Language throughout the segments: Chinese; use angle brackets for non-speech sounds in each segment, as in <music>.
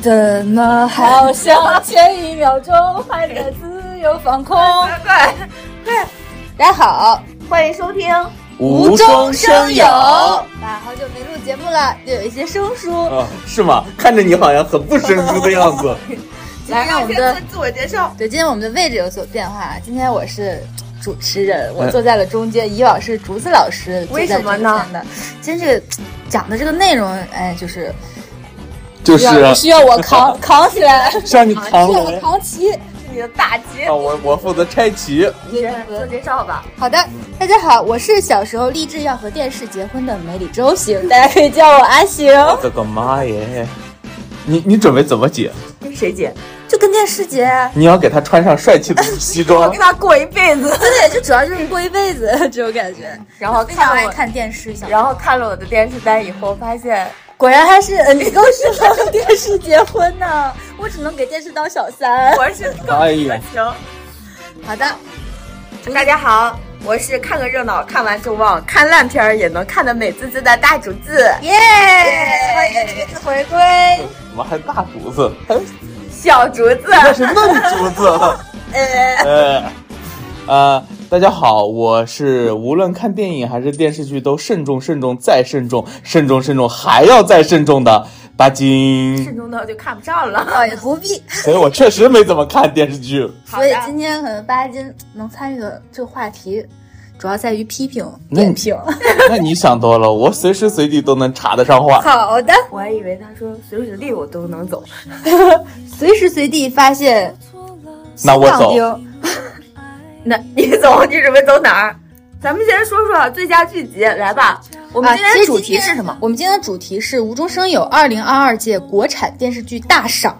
怎么好像前一秒钟还在自由放空？对，大家好，欢迎收听。无中生有啊，好久没录节目了，就有一些生疏。啊，是吗？看着你好像很不生疏的样子。来，让我们的先自我介绍。对今天我们的位置有所变化，今天我是。主持嗯人，我坐在了中间。以往是竹子老师坐在为什么呢中间的？今天这个讲的这个内容，哎，就是就需要需要我扛扛起来，需像你啊扛 <laughs> 要我雷啊！扛旗。是你的大吉，我我负责拆旗。你先自我介绍吧。好的，大家好，我是小时候立志要和电视结婚的梅里周行，大家可以叫我阿行。我的个妈耶！你你准备怎么解？跟谁姐？就跟电视结啊，你要给他穿上帅气的西我 <laughs> 装跟。他过一辈子。对，就主要就是过一辈子 <laughs> 这种感觉。然后非 <laughs> 常看爱我，看电视，小然后看了我的电视单以后，发现果然还是 <laughs> 你更适合和电视结婚呢，我只能给电视当小三。我是哎更热呀情。好的， <laughs> 大家好，我是看个热闹，看完就忘，看烂片儿也能看得美滋滋的大竹子。耶，欢迎橘子回归。怎么还大竹子？ <laughs> 还小竹 <laughs> 子，那是嫩竹子。呃， <laughs> 呃，呃，大家好，我是无论看电影还是电视剧都慎重、慎重再慎重、慎重、慎重还要再慎重的巴金慎。重到就看不上了。哦，也不必。所以我确实没怎么看电视剧。好所以的，今天可能巴金能参与的这个话题，主要在于批评、那点你评。 <laughs> 那你想多了，我随时随地都能查得上话。好的，我还以为他说随时随地我都能走， <laughs> 随时随地发现那我新走港丁那你走，你准备走哪儿？咱们先说说最佳剧集，来吧。我们啊，今天其的实主题今天是什么？我们今天的主题是无中生有二零二二届国产电视剧大 <laughs> 赏。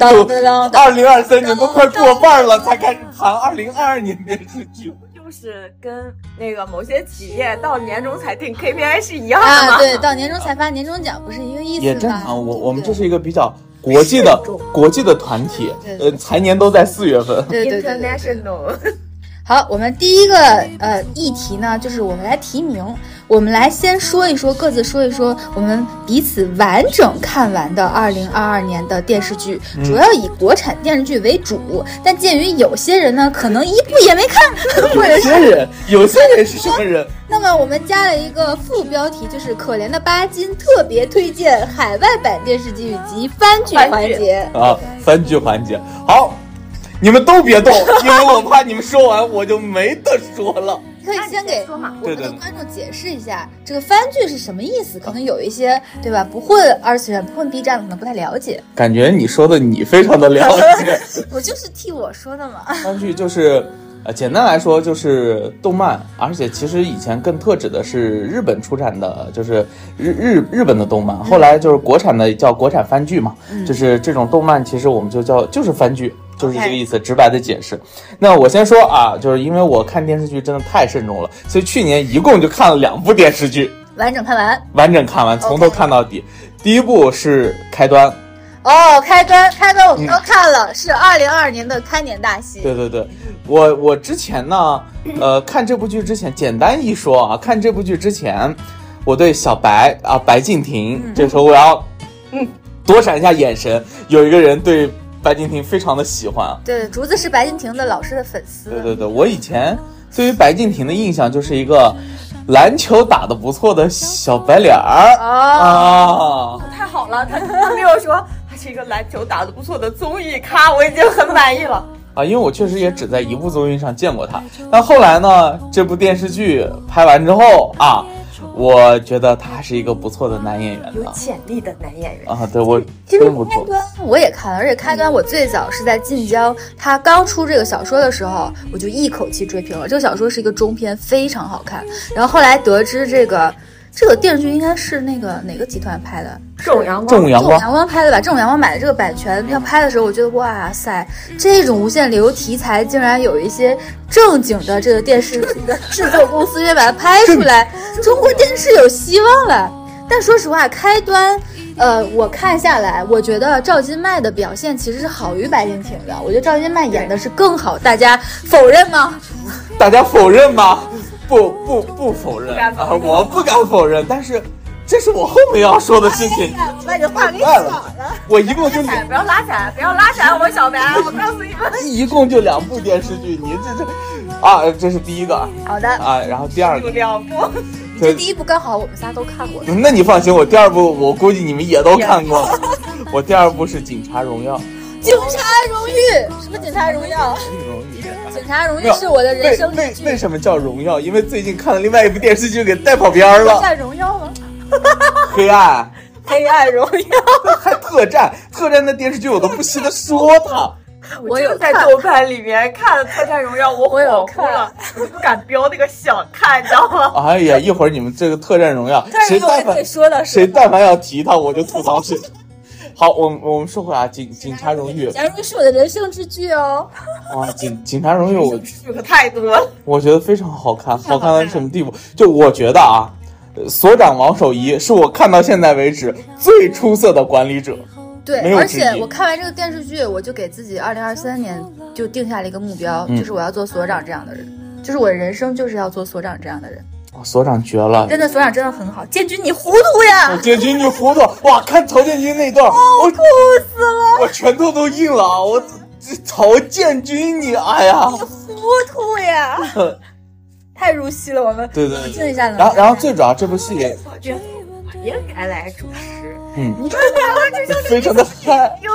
当啊就当当当二零二三年都快过半了，才开始谈二零二二年电视剧。就是跟那个某些企业到年终才定 KPI 是一样的吗？啊，对，到年终才发年终奖，不是一个意也思正吗？常，我我们对这是一个比较国际的慎重国际的团体对，对呃，财年都在四月份。对对对对对 International， <laughs> 好，我们第一个呃议题呢，就是我们来提名，我们来先说一说，各自说一说我们彼此完整看完的2022年的电视剧，嗯主要以国产电视剧为主。但鉴于有些人呢，可能一部也没看， <laughs> 或者 <laughs> 有是些人，有些人是什么人？那么我们加了一个副标题，就是“可怜的巴金特别推荐海外版电视剧及番剧番剧环节啊，番剧环节。好，你们都别动，因为我怕你们说完我就没得说了。”，可以先给说嘛。我们对的对对观众解释一下这个番剧是什么意思，可能有一些对吧？不混二次元、不混 B 站的可能不太了解。感觉你说的你非常的了解。 <laughs> 我就是替我说的嘛。番剧就是，呃，简单来说就是动漫，而且其实以前更特指的是日本出产的，就是日日日本的动漫，后来就是国产的叫国产番剧嘛，就是这种动漫，其实我们就叫就是番剧。就是这个意思，直白的解释。那我先说啊，就是因为我看电视剧真的太慎重了，所以去年一共就看了两部电视剧，完整看完完整看完，从头看到底。第一部是《开端》，哦，开端开端我们都看了，是二零二二年的开年大戏。嗯对对对，我我之前呢，呃，看这部剧之前，简单一说啊，看这部剧之前，我对小白啊白敬亭，这时候我要嗯躲闪一下眼神，有一个人对白敬亭非常的喜欢啊，对，竹子是白敬亭的老师的粉丝。对对对，我以前对于白敬亭的印象就是一个篮球打得不错的小白脸儿哦，啊。太好了，他他没有说他是一个篮球打得不错的综艺咖，我已经很满意了。啊，因为我确实也只在一部综艺上见过他。但后来呢，这部电视剧拍完之后啊，我觉得他还是一个不错的男演员有的潜力的男演员，啊，对我其实真不开错。端我也看了，而且开端我最早是在晋江，他刚出这个小说的时候，我就一口气追平了。这个小说是一个中篇，非常好看。然后后来得知这个这个电视剧应该是那个哪个集团拍的，种阳光。正阳这种光，阳光拍的吧，这种阳光买的这个版权要拍的时候，我觉得哇塞，这种无限流题材竟然有一些正经的这个电视制作公司愿意把它拍出来，中国电视有希望了。但说实话，开端，呃，我看下来，我觉得赵今麦的表现其实是好于白敬亭的，我觉得赵今麦演的是更好，大家否认吗？大家否认吗？不不不否认敢啊否，认我不敢否认，但是这是我后面要说的事情。 <laughs> 我把你话给抢了，我一共就哎不要拉踩，不要拉踩，我小白，我告诉你们，一共就两部电视剧，你这这啊，这是第一个好的，啊，然后第二有个， <laughs> 两部，这第一部刚好我们仨都看过了。 <laughs> 那你放心，我第二部我估计你们也都 <laughs> 看过。我第二部是《警察荣耀》，警察荣誉，什么警察荣耀？荣誉。警察荣没誉有是我的哎人为生为之剧。为什么叫荣耀？因为最近看了另外一部电视剧，给带跑偏儿不 <laughs> 了，算荣耀吗？黑暗。黑暗荣耀，还特战，特战的电视剧我都不稀得说它。我有就在看豆瓣里面看《特战荣耀》，我我有火哭了，我就不敢标那个想看，你知道 <laughs> 吗？哎呀，一会儿你们这个特战荣耀，但是谁我也但可以凡说到谁但凡要提它，我就吐槽谁。 <laughs> 好，我们我们说回啊，警警察 <laughs> 荣誉警察荣誉是我的人生之剧哦。哇，警警察荣誉我剧可太多了，我觉得非常好看，好好看看到什么地步？就我觉得啊，呃所长王守一是我看到现在为止最出色的管理者。没对，有而之且一我看完这个电视剧，我就给自己二零二三年就定下了一个目标，嗯就是我要做所长这样的人，就是我人生就是要做所长这样的人。哇哦所长绝了！真的，所长真的很好。建军，你糊涂呀我！建军你糊涂，哇！看曹建军那段，我哭死了，我拳头都硬了啊！我这曹建军你，哎呀！糊涂呀！嗯太入戏了，我们对对静一下能量。然后，然后最主要这部戏 <laughs> 也我觉得我也该来主持，嗯，这就是非常的嗨，有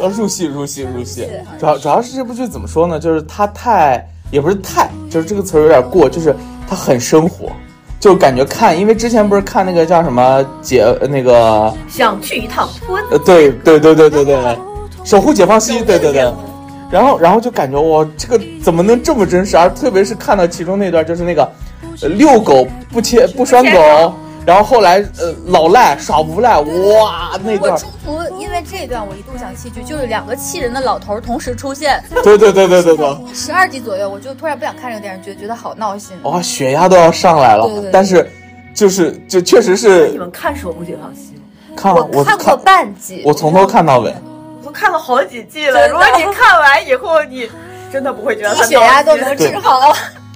要入戏入戏入戏是。主要主要是这部剧怎么说呢？就是它太也不是太，就是这个词儿有点过，就是它很生活，就感觉看，因为之前不是看那个叫什么解呃那个想去一趟坡子，呃对对对对对对，守护解放西，对对对。然后，然后就感觉哇，这个怎么能这么真实？而特别是看到其中那段，就是那个、呃遛狗不牵不拴不牵狗，然后后来呃老赖耍无赖，哇那我段，中途因为这一段我一度想弃剧，就是两个气人的老头儿同时出现，对对对对对对，十二集左右，我就突然不想看这个电视剧，觉得好闹心。哇哦血压都要上来了。对对对但是就是就确实你是们看《守护解放西》吗？看了我看过半集，我从头看到尾，我看了好几季了，如果你看完以后，你真的不会觉 <laughs> 得低它血压闹都心能治好。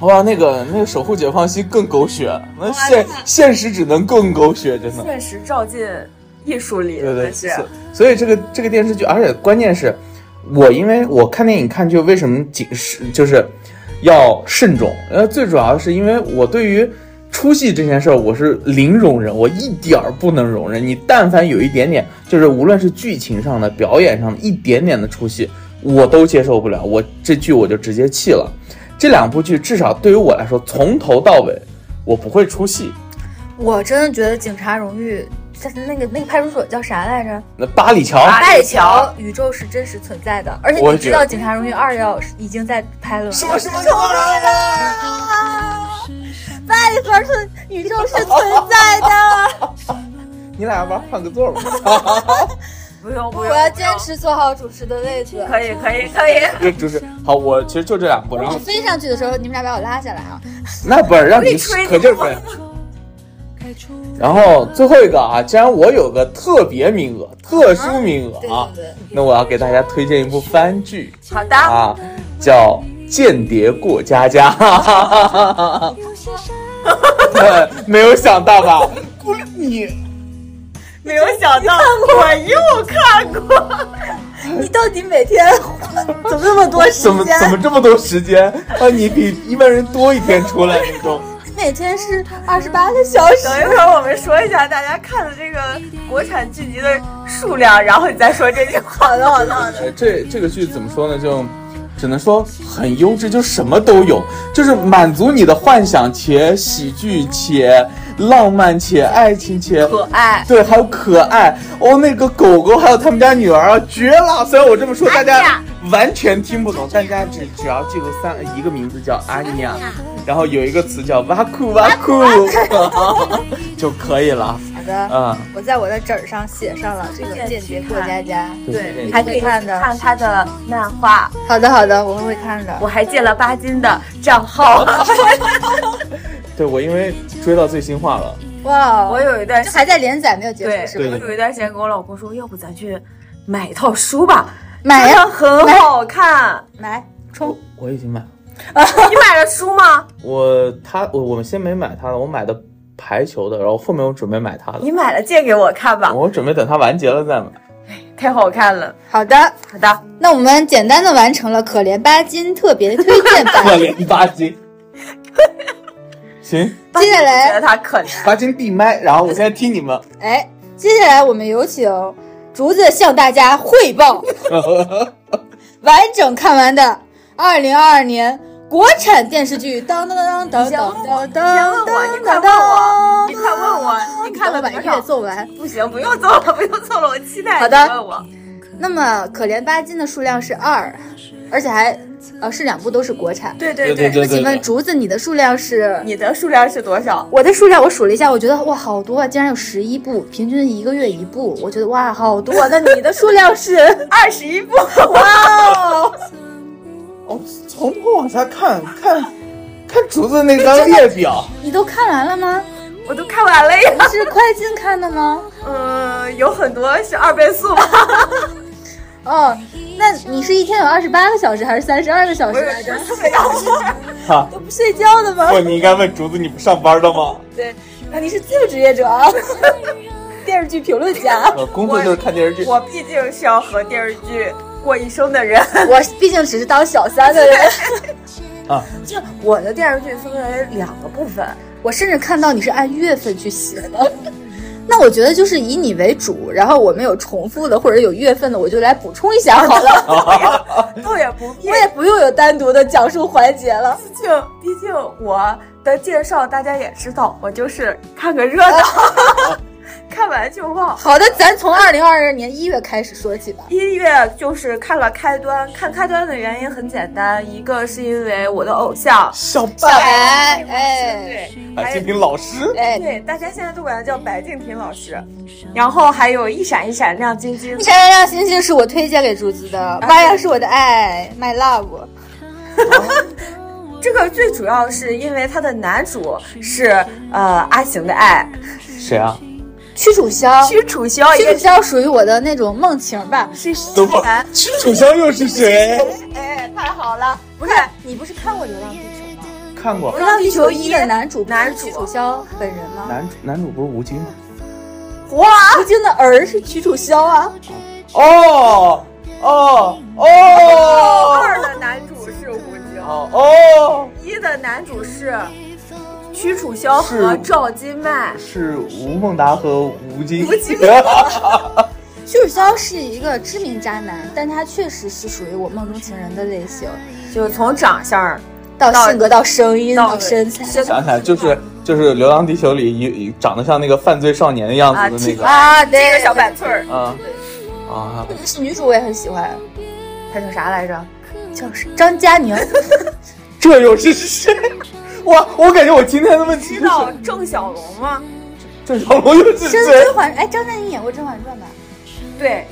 哇那个那个守护解放西更狗血，那现现实只能更狗血，真的。现实照进艺术里，对对，真是所所以这个这个电视剧，而且关键是，我因为我看电影看剧，为什么谨是就是要慎重？呃，最主要是因为我对于出戏这件事儿，我是零容忍，我一点儿不能容忍。你但凡有一点点，就是无论是剧情上的、表演上的一点点的出戏，我都接受不了。我这剧我就直接弃了。这两部剧至少对于我来说，从头到尾我不会出戏。 <laughs> 我真的觉得《警察荣誉》在那个那个派出所叫啥来着？那八里桥，八爱里桥桥宇宙是真实存在的，而且我你也知道觉得《警察荣誉二》要已经在拍了吗？什么 <laughs> 什么什么。啊！八里河是宇宙是存在 <laughs> 的，你俩要不然换个 <laughs> 座吧。不用不我用，要坚持坐好主持的位置不用，。可以可以可以，这主持好，我其实就这两部，然我后飞上去的时候，你们俩把我拉下来啊！ <laughs> 那不是让你你吹可劲儿牛吹。 <laughs> 然后最后一个啊，既然我有个特别名额、特殊名额对啊对，对，那我要给大家推荐一部番剧好的，啊，叫《间谍过家 <laughs> 家》。对，没有想到吧？不是你，没有想到我又看过，你到底每天怎么那么多时怎么怎间？么这么多时间啊？你比一般人多一天出来，你都。每天是二十八个小时等。一会儿我们说一下大家看的这个国产剧集的数量，然后你再说这句话。好的好的好的，呃，这这个剧怎么说呢？就只能说很优质，就什么都有，就是满足你的幻想，且喜剧，且浪漫，且爱情，且可爱。对，还有可爱哦。那个狗狗，还有他们家女儿啊，绝了！虽然我这么说，大安妮家亚完全听不懂，但大家只只要记住三一个名字叫阿尼亚，然后有一个词叫哇酷哇酷就可以了。好的，嗯，我在我的纸儿上写上了这个《间谍过家家》。就是这对，个还可以看的看他的漫画，好的，好的，我会看的我。还借了巴金的账号。对我因为追到最新话了。哇，我有一段就还在连载没有结对束是吧？对我有一段时间跟我老公说，要不咱去买一套书吧，买啊真呀的，很好看。买我冲！我已经买了。你买了书吗？我他我我们先没买它了，我买的排球的，然后后面我准备买它的你，买了借给我看吧，我准备等它完结了再买。太好看了。好的，好的，那我们简单的完成了可怜巴金特别推荐可版。怜巴金，行，接下觉来得，他可怜。巴金闭麦，然后我现在听你们。哎，接下来我们有请竹子向大家汇报哦完整看完的二零二二年国产电视剧。当当当当你先问当我，当你先当问我，当当当你快问我，你！快问我，你看了我把多音乐少？做完。不行，不用做了， <laughs> 不用做了，我期待好你的问我。那么可怜巴金的数量是二，而且还呃是两部都是国产。对对对对那请问竹子，你的数量是？你的数量是多少？我的数量我数了一下，我觉得哇好多啊，竟然有十一部，平均一个月一部，我觉得哇好多啊。那你的数量是？二十一部，哇哦！我从头往下看看看竹子那张列表，你都看完了吗？ <laughs> 我都看完了呀。你是快进看的吗？嗯，有很多是二倍速吧？ <laughs> 哦，那你是一天有二十八个小时还是三十二个小我时有来着？ <laughs> 四个小时。哈、不睡觉的吗？不，你应该问竹子，你不上班的吗？对，那你是自由职业者啊， <laughs> 电视剧评论家。 <laughs> 呃，工作就是看电视剧。我毕竟是要和电视剧过一生的人。我毕竟只是当小三的人， <laughs> 啊，就我的电视剧分呃为两个部分，我甚至看到你是按月份去写的。 <laughs> 那我觉得就是以你为主，然后我们有重复的或者有月份的，我就来补充一下好了。倒也不必我。也不用有单独的讲述环节了。毕竟，毕竟我的介绍大家也知道，我就是看个热闹， <laughs> 看完就忘。好的，咱从二零二二年一月开始说起吧。一月就是看了开端，看开端的原因很简单，一个是因为我的偶像，小小白，白，哎对，白还有敬亭老师，哎，对，大家现在都管他叫白敬亭老师，然后还有一闪一闪亮晶晶一，闪闪亮星星是我推荐给竹子的，妈呀是我的爱，My Love。这个最主要是因为他的男主是呃阿行的爱，谁啊？屈楚萧，屈楚萧屈也楚萧属于我的那种梦情吧。是等西会儿南，，屈楚萧又是谁？哎，太好了，不是你不是看过《流浪地球》吗？看《过流浪地球一》的男主男主不是屈楚萧本人吗？男主男主不是吴京吗？ <laughs> 哇，吴啊京的儿是屈楚萧啊。哦哦哦二的男主是吴京，哦哦，一的男主是屈楚萧和是赵今麦，是吴孟达和吴京。吴京屈楚萧是一个知名渣男，但他确实是属于我梦中情人的类型，就从长相到到性格到声音到到身材。身想起来就是就是《流浪地球》里一一长得像那个犯罪少年的样子的那个，啊，对这个小板寸儿，啊啊，是女主我也很喜欢，他叫啥来着？叫张嘉 <laughs> 宁。这又是谁？哇，我感觉我今天的问知题就是道郑晓龙吗？郑晓龙又是甄谁？甄嬛，哎，张嘉宁演过《甄嬛传》吧？对，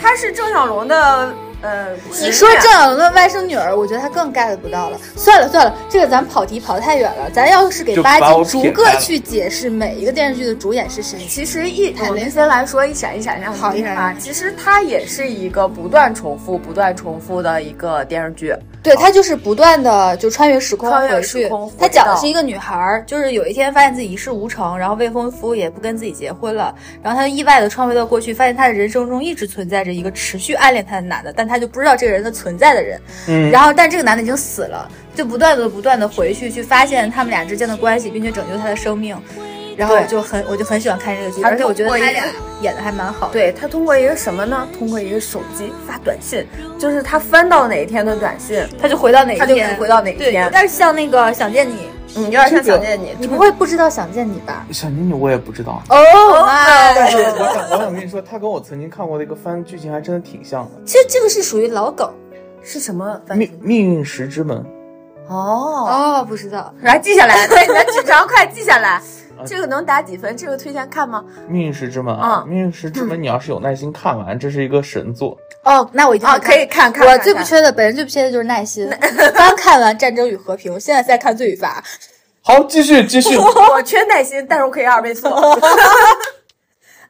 他是郑晓龙的呃，你说郑晓龙的外甥女儿，我觉得她更 get 不到了。算了算了，这个咱跑题跑太远了。咱要是给就八把我戒逐撇个开了去解释每一个电视剧的主演是谁，其实一太累我们先来说一闪一闪亮好晶一晶闪啊，亮其实它也是一个不断重复、不断重复的一个电视剧。对她就是不断的就穿越时空穿越回时去空回。她讲的到是一个女孩儿，就是有一天发现自己一事无成，然后未婚夫也不跟自己结婚了，然后她就意外的穿回到过去，发现她的人生中一直存在着一个持续暗恋她的男的，但她就不知道这个人的存在的人。嗯，然后，但这个男的已经死了，就不断的不断的回去去发现他们俩之间的关系，并且拯救他的生命。然后我对就很我就很喜欢看这个剧，还而且我觉得通过他一俩演的还蛮好。，对他通过一个什么呢？通过一个手机发短信，就是他翻到哪一天的短信，他就回到哪一他天，就可以回到哪一对，有天。点像那个想见你，嗯，有点像想见你。你不会不知道想见你吧？小妮妮我也不知道。哦、但是我想，我想跟你说，他跟我曾经看过的一个番剧情还真的挺像的，其实这个是属于老梗是什么《翻命命运石之门》哦，哦，不知道。来记下来，对，你的纸张快记下 <laughs> 来。啊这个能打几分？这个推荐看吗？ 《命运石之门》啊，嗯命运石之门》，你要是有耐心看完，这是一个神作。哦，那我一定会啊，看。可以看看。我看最不看缺的，本人最不缺的就是耐 <laughs> 心。刚看完《战争与和平》，现在在看《罪与罚》。 <laughs> 好，继续继 <laughs> 续。我缺耐心，但是我可以二倍速。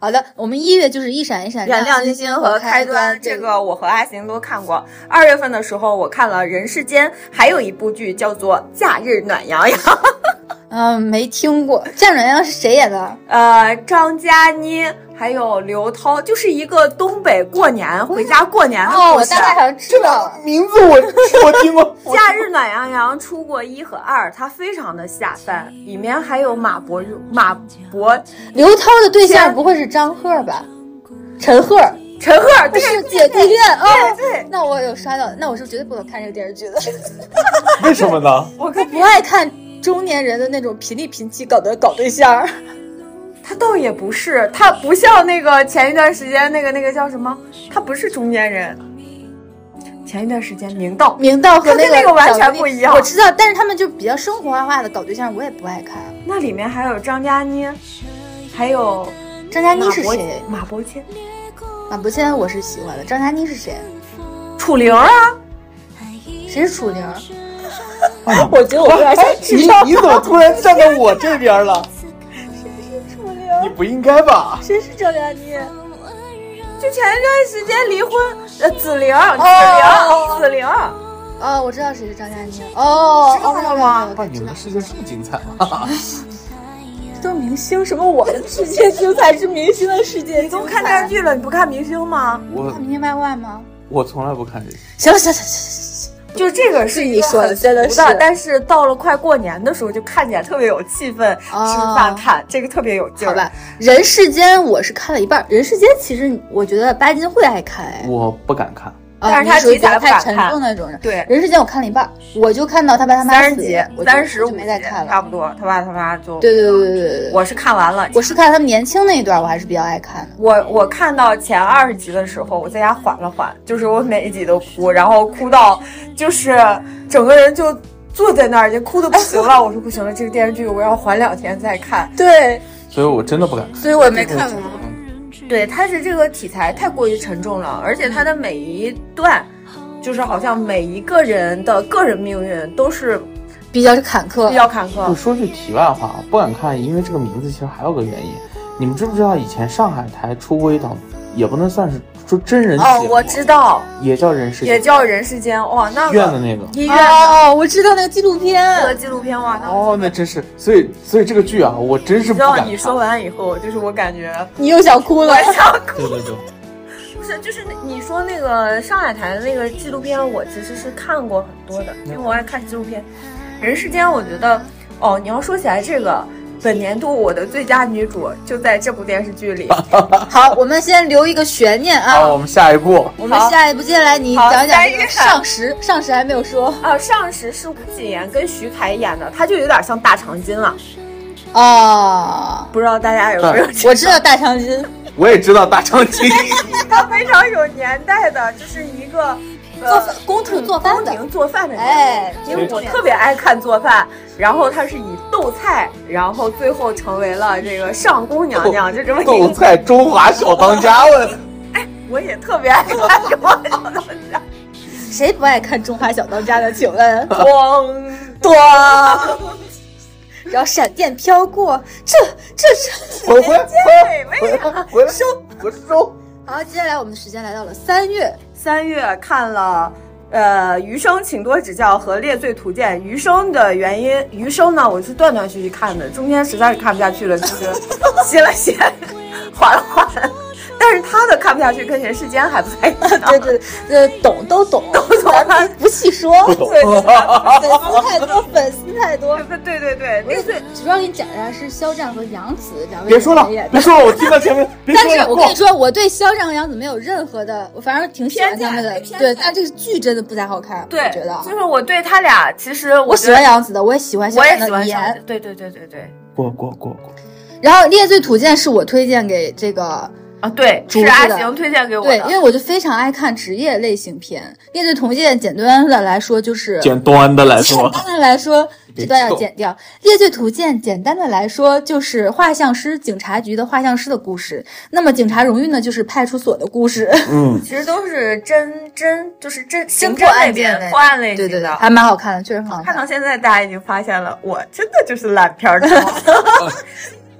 好的，我们一月就是一闪一闪原谅星星星星和开开端，这这个我和阿行都看过。二月份的时候，我看了《人世间》，还有一部剧叫做《假日暖洋洋》，嗯没听过。战软央是谁演的？呃，张嘉倪还有刘涛，就是一个东北过年回家过年的故哦我事。大概好像知这道个了。名字我我 <laughs> 听过， 《假日暖洋洋》出过一和二，它非常的下饭，里面还有马伯庸、马伯刘涛的对象天不会是张赫吧？陈赫陈赫，不对是姐弟恋哦。对对，那我有刷到，那我是绝对不能看这个电视剧的。 <laughs> 为什么呢？我跟不爱看中年人的那种贫里贫气搞的搞对象儿。他倒也不是，他不像那个前一段时间那个那个叫什么，他不是中年人。前一段时间明道，明道和他跟那个个完小全丽不一样我知道，但是他们就比较生活化的搞对象，我也不爱看。那里面还有张嘉倪，还有张嘉倪马是伯谁？马伯骞、马伯骞我是喜欢的，张嘉倪是谁？楚灵啊，谁是楚灵？我觉得我有点哎，你你怎么突然站到我这边了？楚灵，你不应该吧？谁是张嘉倪？就前一段时间离婚，呃，紫菱，哦紫菱，紫菱，哦，我知道谁是张嘉倪。哦，哦，道吗我哇，知道你知们道的世界这么精彩吗？都是明星，什么我的世界精彩是明星的世界你都看电视剧了，你不看明星吗？我看《明星外挂》吗？我从来不看这个。行了行了行了行了就这个是一个自己说的很真的俗是但是到了快过年的时候，就看起来特别有气氛，哦吃饭看这个特别有劲行了，好儿。吧。人世间我是看了一半儿，人世间其实我觉得巴金会爱看哎，我不敢看，啊但是你他属于题比较材不太敢沉看重那种人。对，人世间我看了一半儿，我就看到他爸他妈三十死集我，就三十我五就没集再看差了。不多。他爸他妈就，对对对对对对对，我是看完了。我是看他们年轻那一段，我还是比较爱看的。我我看到前二十集的时候，我在家缓了缓，就是我每一集都哭，然后哭到就是整个人就坐在那儿就哭的不行了。我说不行了，这个电视剧我要缓两天再看。对，所以我真的不敢看。所以我没这个看我真的不完。敢对，它是这个题材太过于沉重了，而且它的每一段，就是好像每一个人的个人命运都是比较坎比坷，较坎就坷。说句题外话，不敢看，因为这个名字其实还有个原因。你们知不知道以前上海台出过一档，也不能算是说真人节目，哦，我知道，也叫人世也间叫人世间哇，那医院的个那个。医院的哦，我知道那个纪录那个片，纪录片哇，那哦，那真是，所以所以这个剧啊，我真是你不知道敢看。你说完以后，就是我感觉你又想哭了我。想哭，对对对，不是就是那你说那个上海台的那个纪录片，我其实是看过很多的，因为我爱看纪录片。人世间，我觉得哦，你要说起来这个，本年度我的最佳女主就在这部电视 <laughs> 剧里。好，我们先留一个悬念啊。好，我们下一步，我们好下一步接下来你好讲一讲这三个月上时，上时还没有说啊，上时是吴谨言跟徐凯演的，他就有点像大长今了，啊、不知道大家有没有知我知道大 <laughs> 长今，我也知道大长今，道？ <laughs> 非常有年代的，就是一个做呃饭宫廷做饭宫的，廷做饭的人。哎，因为我特别爱看做饭，然后他是以斗菜，然后最后成为了这个上宫娘娘，就这么一斗个。菜中华小当家，我 <laughs> 我也特别爱看这种东西。 <laughs> 谁不爱看《中华小当家》的？请 <laughs> 问，咣，多，然后闪电飘过，这这这。回美回味回回回来收，我收。好，接下来我们的时间来到了三月，三月看了。呃，余生请多指教和列罪图鉴。余生的原因，余生呢，我是断断续续看的，中间实在是看不下去了，就是 <laughs> 歇了歇， <laughs> 缓了缓。但是他的看不下去跟人世间还不太一样，对对对，呃懂都懂，咱们不细说，懂粉对丝太多，粉丝太多。对对对，列罪主要给你讲一下是肖战和杨紫两位 <laughs> 别说了演员，别说了，我听到前面，别但说是了，我跟你说，我对肖战和杨紫没有任何的，我反正挺喜欢他们的偏见。对，但这个剧真的不太好看，对，我觉得。啊就是我对他俩，其实我我喜觉欢得杨紫的，我也喜欢肖我也战喜的欢小颜。对对对对对，过过过过，然后《猎罪土鉴》是我推荐给这个啊对，主是阿是的行推荐给我对，因为的。我就非常爱看职业类型片。《猎罪土鉴》简单的来说就是，简单的 <laughs> 来简说，单的来说，这别段要凑剪掉。猎罪图鉴，简单的来说就是画像师警察局的画像师的故事。那么警察荣誉呢，就是派出所的故事。嗯，其实都是真真就是真刑破侦案类件类别破案类对对型对，的。 <laughs> 还蛮好看的，确实很好看看。到现在，大家已经发现了，我真的就是烂片儿我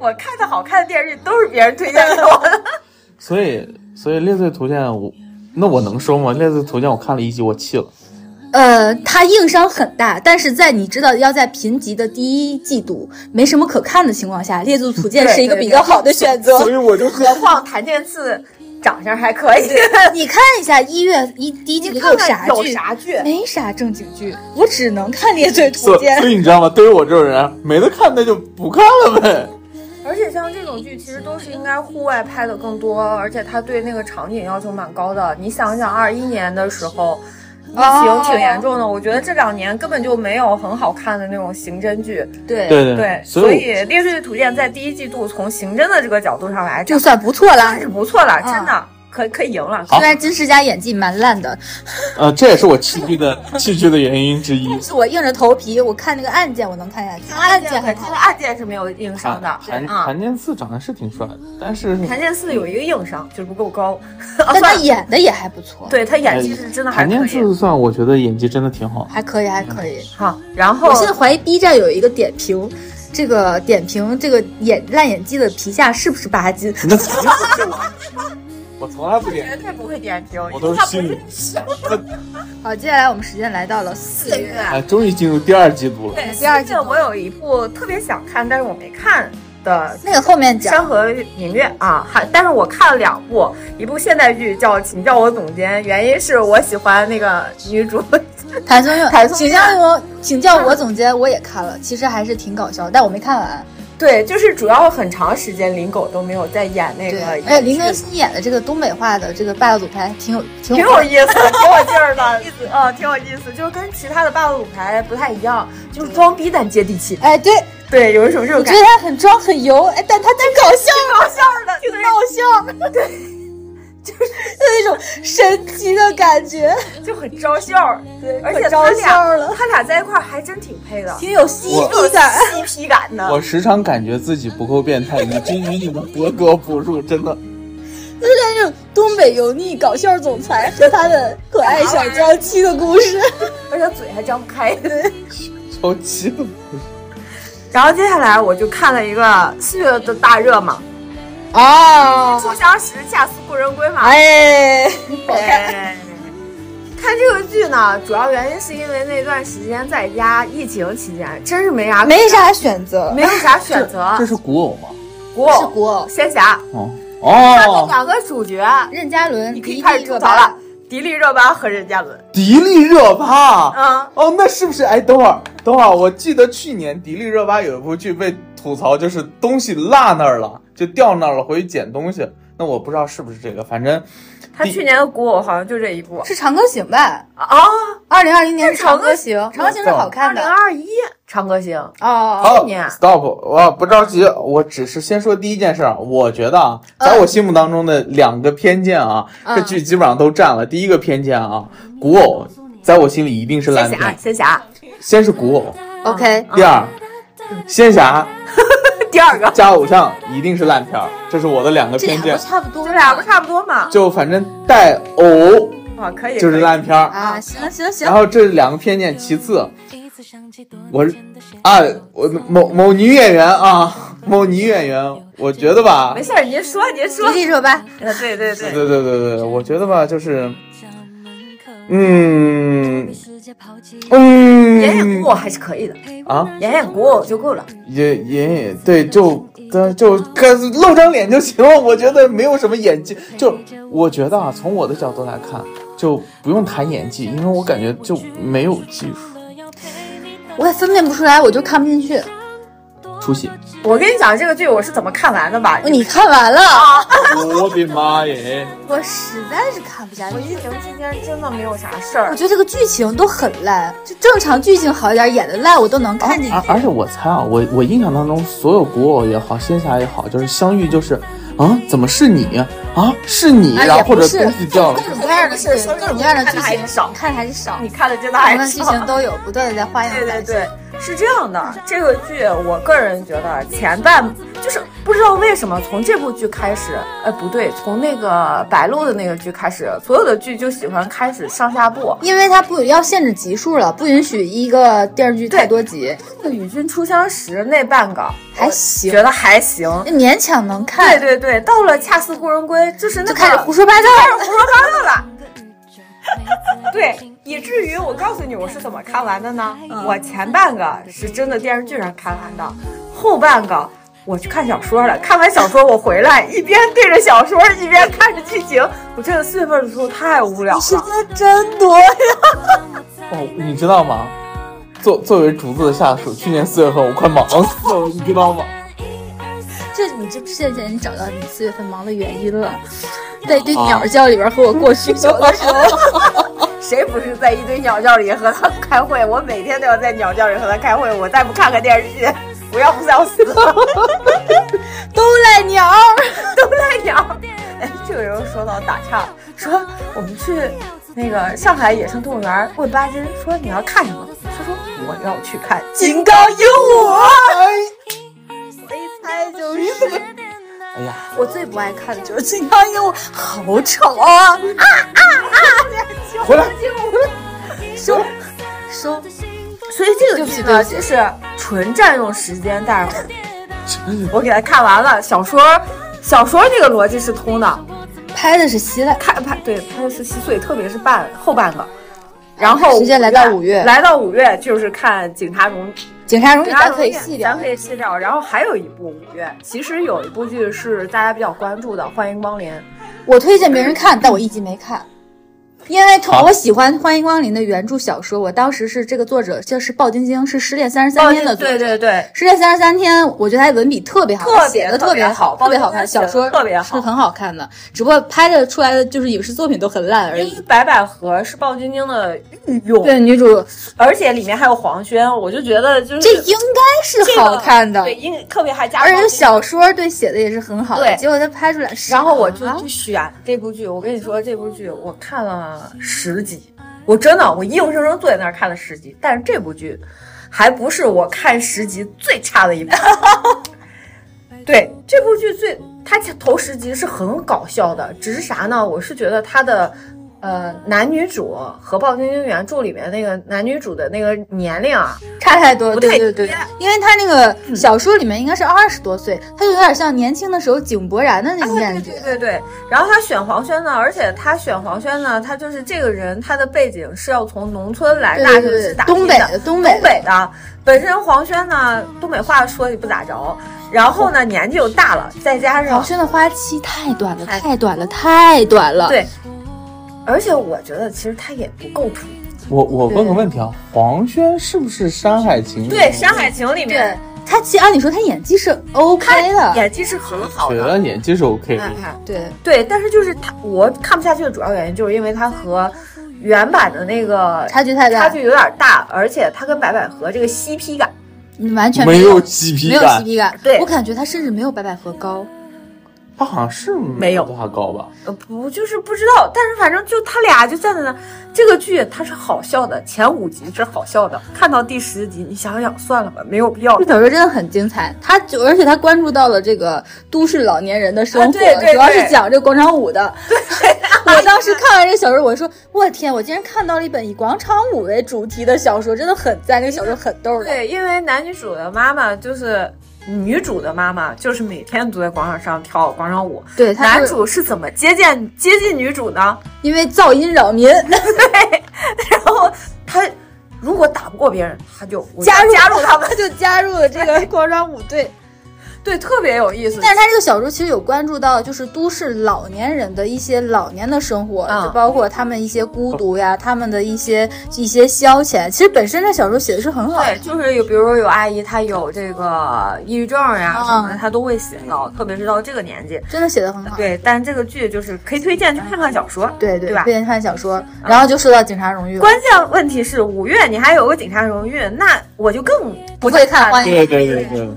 我看的好看的电视剧都是别人推荐给我的。所以，所以《猎罪图鉴》我，那我能说吗？《猎罪图鉴》我看了一集，我气了。呃，它硬伤很大，但是在你知道要在贫瘠的第一季度没什么可看的情况下，《猎罪图鉴》是一个比较好的选择。所以我就何况谭健次长相还 <laughs> 可以，你看一下一月一第一季你度看啥看有剧？啥剧？没啥正经剧，我只能看《猎罪图所鉴所》。以你知道吗？对于我这种人，没得看那就不看了呗。而且像这种剧，其实都是应该户外拍的更多，而且他对那个场景要求蛮高的。你想想，二一年的时候，疫哦情挺严重的，我觉得这两年根本就没有很好看的那种刑侦剧。对对对对，所所以以《猎罪的图鉴》在第一季度从刑侦的这个角度上来就讲，算不错啦还。是不错了，嗯真的可可以赢了。好虽然金世佳演技蛮烂的，我呃，这也是我弃剧的弃剧的原因 <laughs> 之一。是我硬着头皮，我看那个案件我能看下去。案件很他的案件是没有硬伤韩的，韩啊。韩健次长得是挺帅的，但是谭健次有一个硬伤，就是不 <laughs> 够高。啊，但他算了，演的也还不错， <laughs> 对他演技是真的还哎韩可健以。次算我觉得演技真的挺 <laughs> 好。还可以，还嗯可以。好，然后我现在怀疑 B 站有一个点评，这个点评这个演烂演技的皮下是不是八斤？那肯定不是我，啊我从来不点，绝对不会点评，我都是他心里。好，接下来我们时间来到了四月，哎，终于进入第二季度了。对，嗯第二季这我有一部特别想看，但是我没看的那个后面《山讲。河影月》啊，还但是我看了两部，一部现代剧叫《请叫我总监》，原因是我喜欢那个女主，谭松 <laughs> 谭韵，松请韵教我，请叫我总监，我也看了，其实还是挺搞笑，但我没看完。 <laughs> 对，就是主要很长时间林狗都没有在演那对，个，哎，林更新演的这个东北话的这个霸道总裁挺有挺挺有有意思，挺有劲儿的，意思啊，挺有意思， <laughs> 就是跟其他的霸道总裁不太一样，就是装逼但接地气，哎，对，对，有一种这种我觉感得觉，他很装很油，哎，但他挺搞笑，搞笑的，挺搞笑，对，就是那种神奇的感觉，就很招笑儿，对而且可他招俩笑了，他俩在一块儿还真挺配的，挺有吸我引力感。有 CP 感的。我时常感觉自己不够变态，以至于你们博格不入，真的。就是那种东北油腻搞笑总裁和他的可爱小娇妻的故事。而且嘴还张不开。 <laughs> 超气了！然后接下来我就看了一个四月的大热嘛，《哦，初相识恰似故人归》嘛。哎，哎 <laughs> 看这个剧呢，主要原因是因为那段时间在家疫情期间，真是没啥没啥选择，没有啥选择这。 <laughs> 是古偶吗？古是偶、古偶。仙侠，哦他们哦，两个主角，任嘉伦，你可以迪开丽始热吐槽巴了。。迪丽热巴和任嘉伦，迪丽热巴。嗯，哦，那是不是？哎，等会儿，等会儿，我记得去年迪丽热巴有一部剧被吐槽，就是东西落那儿了，就掉那儿了，回去捡东西。那我不知道是不是这个，反正他去年的古偶好像就这一部是《长歌行》吧？啊，二零二零年是《长长歌歌行》，《长歌行》是好二看零的。二一长歌行，哦哦，哦好年 stop，我不着急，我只是先说第一件事儿。我觉得啊，在我心目当中的两个偏见啊，嗯这剧基本上都占了。第一个偏见啊，古偶在我心里一定是烂仙侠，啊片，仙侠，先是古偶，嗯 OK，第二，仙侠第二个，加偶像一定是烂片儿，这是我的两个这偏俩见不。差不多，这俩不差不多嘛？就反正带偶啊，可以，就是可以烂片儿。啊。行行行然，后这是两个偏见，其次我啊啊，，我我某某某女演员啊， <laughs> 某女演员，我觉得吧没，事儿，您说您说迪。丽热巴，呃对对对对，对对对对，我觉得吧，就是嗯演演嗯古偶还是可以的，啊，演演古偶就够了。也也也对，就但就看露张脸就行了，我觉得没有什么演技，就我觉得啊，从我的角度来看，就不用谈演技，因为我感觉就没有技术我也分辨不出来，我就看不进去。出戏。我跟你讲这个剧我是怎么看完的吧？你看完哦了，我的妈耶！我实在是看不下去我。疫情期间真的没有啥事我儿，觉得这个剧情都很烂，就正常剧情好一点，演的烂我都能看进去。而而且我猜啊，我我印象当中所有古偶也好，仙侠也好，就是相遇就是，啊，怎么是你？啊，是你，啊然后也或不者是东西 <laughs> 掉了各，种各样的事情，各种各样的剧看的还情，是少看的还是少，你看的真的不同还的剧少。嗯情都有，不断的在花样对对翻新。对，是这样的。这个剧，我个人觉得前半就是不知道为什么从这部剧开始，哎，不对，从那个白鹿的那个剧开始，所有的剧就喜欢开始上下部。因为它不要限制集数了，不允许一个电视剧太对多集，那个《与君初相识》那半个还行觉得还行。勉强能对看，对对，到了恰似故人归，就是那就个开始胡说八道。开始胡说八道了。 <laughs> 对，以至于我告诉你我是怎么看完的呢？我前半个是真的电视剧上看完的，后半个我去看小说了。看完小说我回来，一边对着小说一边看着剧情，我这个四月份的时候太无聊了。间真多呀！哦，你知道吗？作作为竹子的下属，去年四月份我快忙死了，你知道吗？ <laughs> 这你这现在你找到你四月份忙的原因了，在一啊堆鸟叫里边和我过 <laughs> 需求的时候，谁不是在一堆鸟叫里和他开会？我每天都要在鸟叫里和他开会，我再不看看电视剧，我要不是要死了。都赖鸟。 <laughs> 都在鸟。哎，这个人说到打岔，说我们去那个上海野生动物园问巴金，说你要看什么？他说我要去看金刚鹦鹉。谁猜就是哎呀，我最不爱看的就是金刚鹦鹉，好丑啊！回来，收收，所以这对个剧呢，不起对不起就是纯占用时间，但是我给他看完了小说，小说这个逻辑是通的，拍的是稀烂。看拍对拍的是稀碎，特别是半后半个。然后直接来到五月来到五月就是看警察荣警察荣誉咱咱可以细聊咱，可以细聊。然后还有一部五月，其实有一部剧是大家比较关注的，《欢迎光临》。我推荐别人看，但我一集没看，因为同我喜欢《欢迎光临》的原著小说，我当时是这个作者就是鲍晶晶，是《失恋三十三天》的作者。嗯对对对，失恋三十三天，我觉得他文笔特别好，特别写的特别好，特特别别好好看。小说特别好是很好看的，只不过拍的出来的就是影视作品都很烂而因已为。白百合是鲍晶晶的御用，对，女主而且里面还有黄轩，我就觉得就是这应该是好看的，这个对，因为特别还加而且上小说对写的也是很好的，对结果他拍出来是啊，然后我就去选这部剧。我跟你说，这部剧我看了十集，我真的我硬生生坐在那儿看了十集。但是这部剧还不是我看十集最差的一部。对，这部剧最它头十集是很搞笑的，只是啥呢？我是觉得它的。呃，男女主和《暴君晶原著》里面那个男女主的那个年龄啊，差太多，不对太对对一样，嗯因为他那个小说里面应该是二十多岁，他就有点像年轻的时候井柏然的那种啊对感对觉。对对对，然后他选黄轩呢，而且他选黄轩呢，他就是这个人，他的背景是要从农村来大对城对市对打，拼东北的，东东北北的。本身黄轩呢，东北话说也不咋着，然后呢年纪又大了，再加黄上轩的花期太短了，太太短了，太短了。对，而且我觉得其实他也不够土。我我问个问题啊，黄轩是不是《山海情》里面？对，《山海情》对里面他其实按理说他演技是 OK 的，演技是很好我觉的，得演技是 OK 的哎。哎对，对，但是就是他，我看不下去的主要原因就是因为他和原版的那个差距太差大，距有点大，而且他跟白百合这个 CP 感，你完全没有有 CP 没有感 CP 感。对我感觉他甚至没有白百合高。他好像是没有多少高吧？呃，不就是不知道，但是反正就他俩就站在那，这个剧它是好笑的，前五集是好笑的，看到第十集，你想想算了吧，没有必要这。小说真的很精彩，他就而且他关注到了这个都市老年人的生活，啊对对主要对是讲这个广场舞的。 <laughs> 我当时看完这个小说，我说我天，我竟然看到了一本以广场舞为主题的小说，真的很赞，这个小说很逗的。对，因为男女主的妈妈就是女主的妈妈，就是每天都在广场上跳广场舞。对，他男就是主是怎么接近接近女主呢？ <laughs> 因为噪音扰民，然后他如果打不过别人，他就我就加入加入他们他， <laughs> 就加入了这个广场舞队。对，特别有意思。但是他这个小说其实有关注到，就是都市老年人的一些老年的生活，嗯就包括他们一些孤独呀，他们的一些一些消遣。其实本身这小说写的是很好的，对，就是有，比如说有阿姨，她有这个抑郁症呀、什么的，嗯她都会写到，特别是到这个年纪。真的写的很好。对，但这个剧就是可以推荐去看看小说。对对对吧嗯推荐看小说，然后就说到警察荣誉了，关键问题是五月你还有个警察荣誉，那我就更不会看欢了迎，对对对，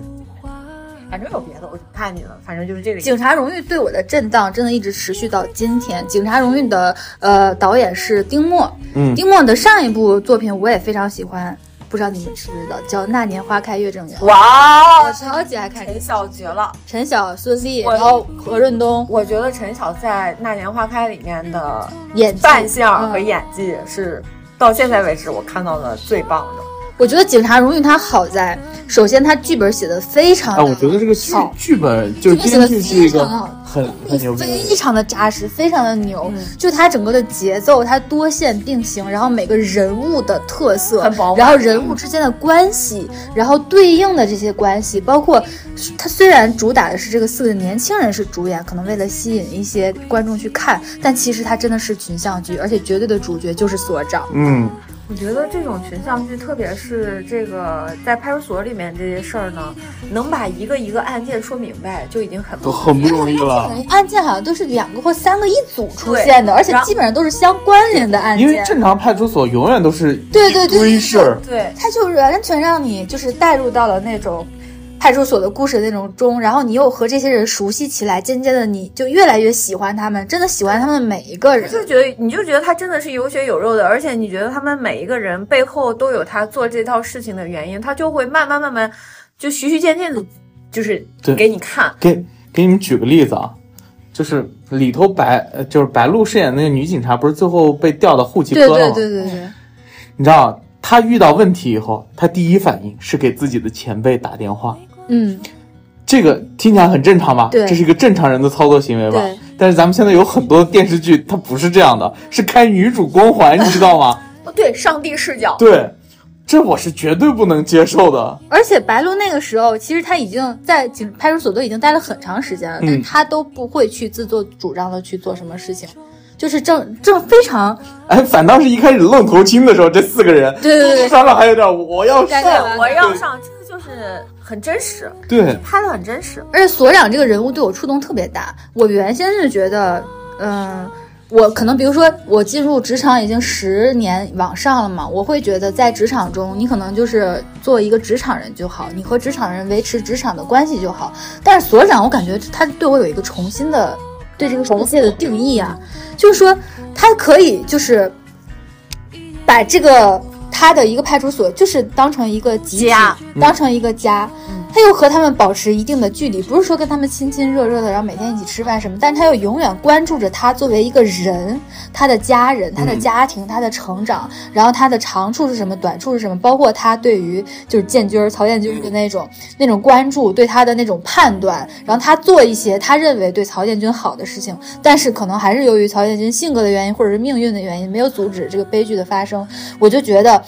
反正有别的我就不看你了，反正就是这个意思。警察荣誉对我的震荡真的一直持续到今天。警察荣誉的呃导演是丁墨，嗯丁墨的上一部作品我也非常喜欢，不知道你们知不知道，叫《那年花开月正圆》。哇我哦，超级爱看这陈个，晓绝了！陈晓、孙俪，我然后何润东我觉得陈晓在《那年花开》里面的演技扮相和嗯演技是到现在为止我看到的最棒的。我觉得《警察荣誉》它好在，首先它剧本写的非常啊，的我觉得这个剧好剧本就是剧本写编剧得是一个非常好很很牛逼的嗯人非常的扎实，非常的牛。就它整个的节奏，它多线并行，然后每个人物的特色很饱，满然后人嗯物之间的关系，然后对应的这些关系，包括它虽然主打的是这个四个年轻人是主演，可能为了吸引一些观众去看，但其实它真的是群像剧，而且绝对的主角就是所长。嗯，我觉得这种群像剧，特别是这个在派出所里面这些事儿呢，能把一个一个案件说明白，就已经很都不很不容 <laughs> 易了。案件好像都是两个或三个一组出现的，对而且然后基本上都是相关联的案因为件。正常派出所永远都是对对对一堆事儿，对。它就是完全让你就是带入到了那种派出所的故事那种中，然后你又和这些人熟悉起来，渐渐的你就越来越喜欢他们，真的喜欢他们每一个人。就觉得你就觉得他真的是有血有肉的，而且你觉得他们每一个人背后都有他做这套事情的原因，他就会慢慢慢慢就循序渐进的，就是对给你看。给给你们举个例子啊，就是里头白呃就是白鹿饰演那个女警察，不是最后被调到户籍科对了吗？对对对对，你知道她遇到问题以后，她第一反应是给自己的前辈打电话，嗯，这个听起来很正常吧？对这是一个正常人的操作行为吧对？但是咱们现在有很多电视剧，它不是这样的，是开女主光环，你知道 <laughs> 吗？哦，对，上帝视角，对，这我是绝对不能接受的。而且白鹿那个时候其实他已经在警派出所都已经待了很长时间了，但嗯他都不会去自作主张的去做什么事情，就是正正非常 <laughs> 哎，反倒是一开始愣头青的时候，这四个人，对对对商量还有点我要上该，干嘛对，我要对上，这个就是很真实，对，拍的很真实。而且所长这个人物对我触动特别大。我原先是觉得，嗯，我可能比如说我进入职场已经十年往上了嘛，我会觉得在职场中，你可能就是做一个职场人就好，你和职场人维持职场的关系就好。但是所长，我感觉他对我有一个重新的对这个世界的定义啊，就是说他可以就是把这个他的一个派出所就是当成一个集体嗯家，当成一个家，他又和他们保持一定的距离，不是说跟他们亲亲热热的，然后每天一起吃饭什么，但是他又永远关注着他作为一个人，他的家人、他的家庭、他的成长，然后他的长处是什么，短处是什么，包括他对于就是建军儿、曹建军儿的那种那种关注，对他的那种判断，然后他做一些他认为对曹建军好的事情，但是可能还是由于曹建军性格的原因或者是命运的原因，没有阻止这个悲剧的发生。我就觉得，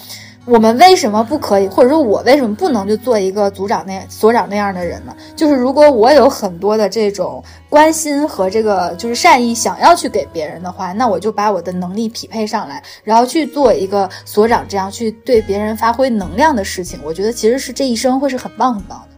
我们为什么不可以，或者说我为什么不能就做一个组长那所长那样的人呢？就是如果我有很多的这种关心和这个就是善意，想要去给别人的话，那我就把我的能力匹配上来，然后去做一个所长，这样去对别人发挥能量的事情，我觉得其实是这一生会是很棒很棒的。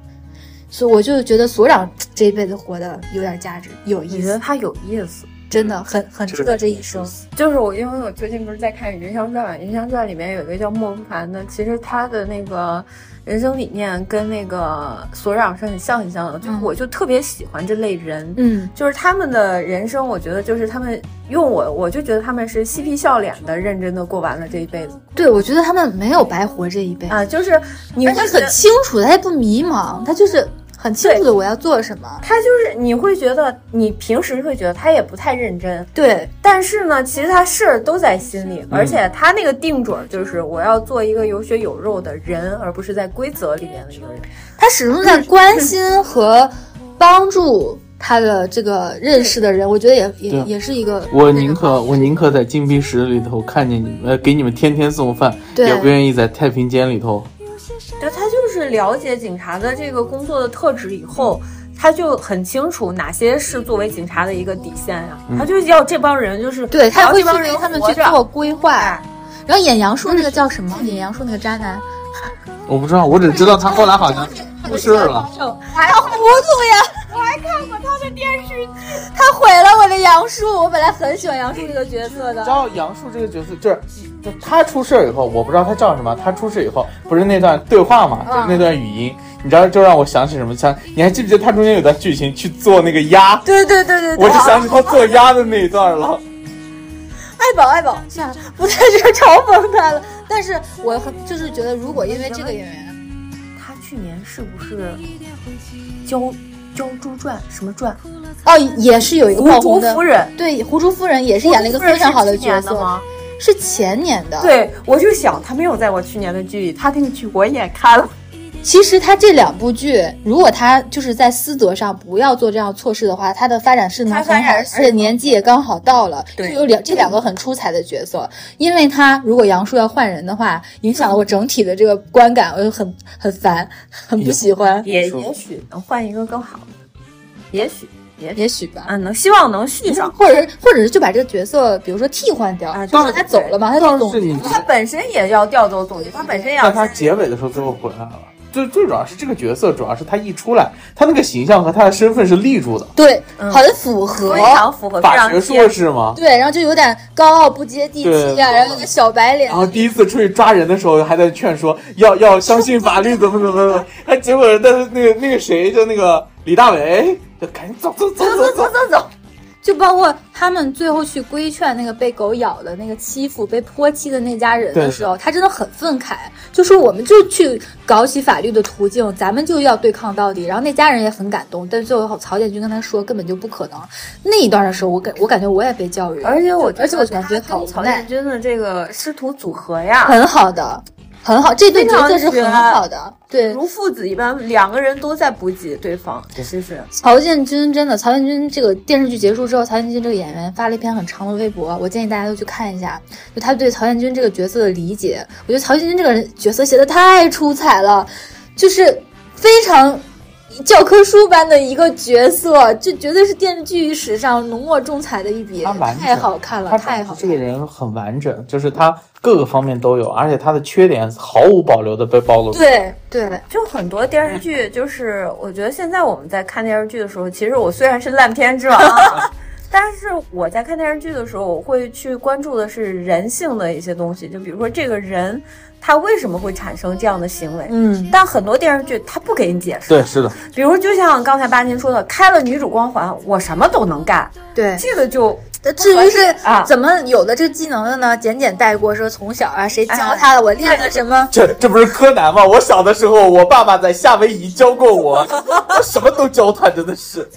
所以我就觉得所长这一辈子活得有点价值，有你意觉得思，他有意思？真的很很值嗯得这一生。就是我，因为我最近不是在看《云香传》嘛，《云香传》里面有一个叫莫不凡的，其实他的那个人生理念跟那个所长是很像很像的，就是嗯我就特别喜欢这类人，嗯就是他们的人生，我觉得就是他们用我，我就觉得他们是嬉皮笑脸的，认真的过完了这一辈子，对，我觉得他们没有白活这一辈子，啊，就是你而会且觉得很清楚，他也不迷茫，他就是很清楚的我要做什么。他就是你会觉得你平时会觉得他也不太认真，对，但是呢，其实他事儿都在心里，而且他那个定准儿就是我要做一个有血有肉的人，而不是在规则里面的一个人。他始终在关心和帮助他的这个认识的人，我觉得也也对也是一个我宁可我宁可在禁闭室里头看见你们，呃，给你们天天送饭，对也不愿意在太平间里头。对，他就是了解警察的这个工作的特质以后，他就很清楚哪些是作为警察的一个底线呀、他就要这帮人就是对他要会这去帮为人他们活去着做规划哎。然后演杨树那个叫什么？演杨树那个渣男，我不知道，我只知道他后来好像出事儿了。还要糊涂呀！我还看过他的电视剧，他毁了我的杨树。我本来很喜欢杨树这个角色你的知。道杨树这个角色就是。就他出事儿以后，我不知道他叫什么。他出事以后，不是那段对话嘛，就是那段语音，你知道就让我想起什么？想你还记不记得他中间有段剧情去做那个鸭？对对对对对，我就想起他做鸭的那一段了。爱宝爱宝，算了，不在这儿嘲讽他了。但是我很就是觉得，如果因为这个演嗯员，他去年是不是教教猪传什么传？哦，也是有一个无爆竹红的夫，人对，狐珠夫人也是演了一个非常好的角色，吗？是前年的。，对，我就想他没有在我去年的剧里，他那个剧我也看了。其实他这两部剧，如果他就是在私德上不要做这样措施的话，他的发展势能他很发好，展而是且年纪也刚好到了，就对有两这两个很出彩的角色。因为他如果杨树要换人的话，影响了我整体的这个观感，我就很很烦，很不喜欢。也是也许能换一个更好的，也许也许也许吧，啊，能希望能续上。或者或者是就把这个角色，比如说替换掉，啊就让他走了嘛，他就但总是你，他本身也要调动总结，他本身也要但他结尾的时候最后回来了。最最主要是这个角色，主要是他一出来，他那个形象和他的身份是立住的。对，嗯很符合非。常符合，非法常学贴硕士嘛，对，然后就有点高傲不接地气啊，对然后有个小白脸然，后第一次出去抓人的时候，还在劝说要要相信法律，怎么怎么怎么。哎，结果但是那个那个谁，就那个李大为，就赶紧走走走走走走走。 <laughs> 走走，就包括他们最后去规劝那个被狗咬的那个欺负、被泼漆的那家人的对时候，他真的很愤慨，就说我们就去搞起法律的途径，咱们就要对抗到底。然后那家人也很感动，但是最后曹建军跟他说根本就不可能。那一段的时候，我感我感觉我也被教育了，而且我而且我感觉好跟无曹奈建军的这个师徒组合呀，很好的，很好，这对非角常色是绝很好的。对，如父子一般，两个人都在补给对方，是是。曹建军真的，曹建军这个电视剧结束之后，曹建军这个演员发了一篇很长的微博，我建议大家都去看一下，就他对曹建军这个角色的理解。我觉得曹建军这个人角色写的太出彩了，就是非常。教科书般的一个角色，这绝对是电视剧史上浓墨重彩的一笔他，完整太好看了，他太好这看个了。人很完整，就是他各个方面都有，而且他的缺点毫无保留的被暴露。对对，就很多电 <laughs> 视剧，就是我觉得现在我们在看电视剧的时候，其实我虽然是烂片之王啊， <laughs> 但是我在看电视剧的时候，我会去关注的是人性的一些东西，就比如说这个人他为什么会产生这样的行为。嗯，但很多电视剧他不给你解释，对，是的，比如就像刚才巴金说的，开了女主光环，我什么都能干，对。这个就至于是啊怎么有的这技能的呢？简简带过说从小啊，谁哎教他的？我练了什么？这这不是柯南吗？我小的时候，我爸爸在夏威夷教过我，我什么都教他，真的是。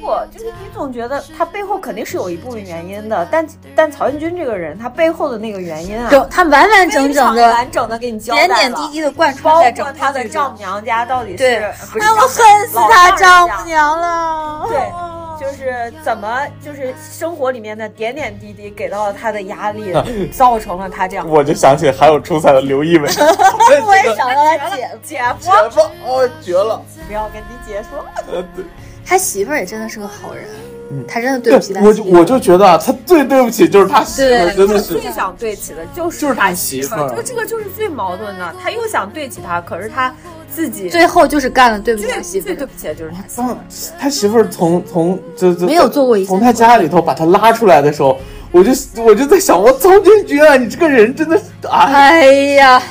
不，就是你总觉得他背后肯定是有一部分原因的，但但曹建军这个人，他背后的那个原因啊，整他完完整整非常的完整的给你交代点了点滴滴的贯包穿在括整他部的剧丈中。母娘家到底是对不是哎，我丈母娘恨死他老丈丈母人娘哦了。对，就是怎么就是生活里面的点点滴滴给到了他的压力，造成了他这样。啊我就想起还有出彩的刘 <laughs> 仪伟，我我也想让 <laughs> 他姐夫。姐夫，绝了，哦，绝了！不要跟你姐说，呃对他媳妇儿也真的是个好人，他真的对嗯对不起他我媳就妇儿。我就觉得啊，他最对不起就是他媳妇儿，对真的是 <laughs> 最。想对起的就是就是他他媳妇妇儿就这个就是最矛盾的，他又想对起他，可是他自己最后就是干了对不起他最媳妇最对儿。不起的就是他媳妇儿。嗯，他媳妇儿从从这这没有做过一件从他家里头把他拉出来的时候，我就我就在想，我曹建军啊，你这个人真的是啊，哎呀，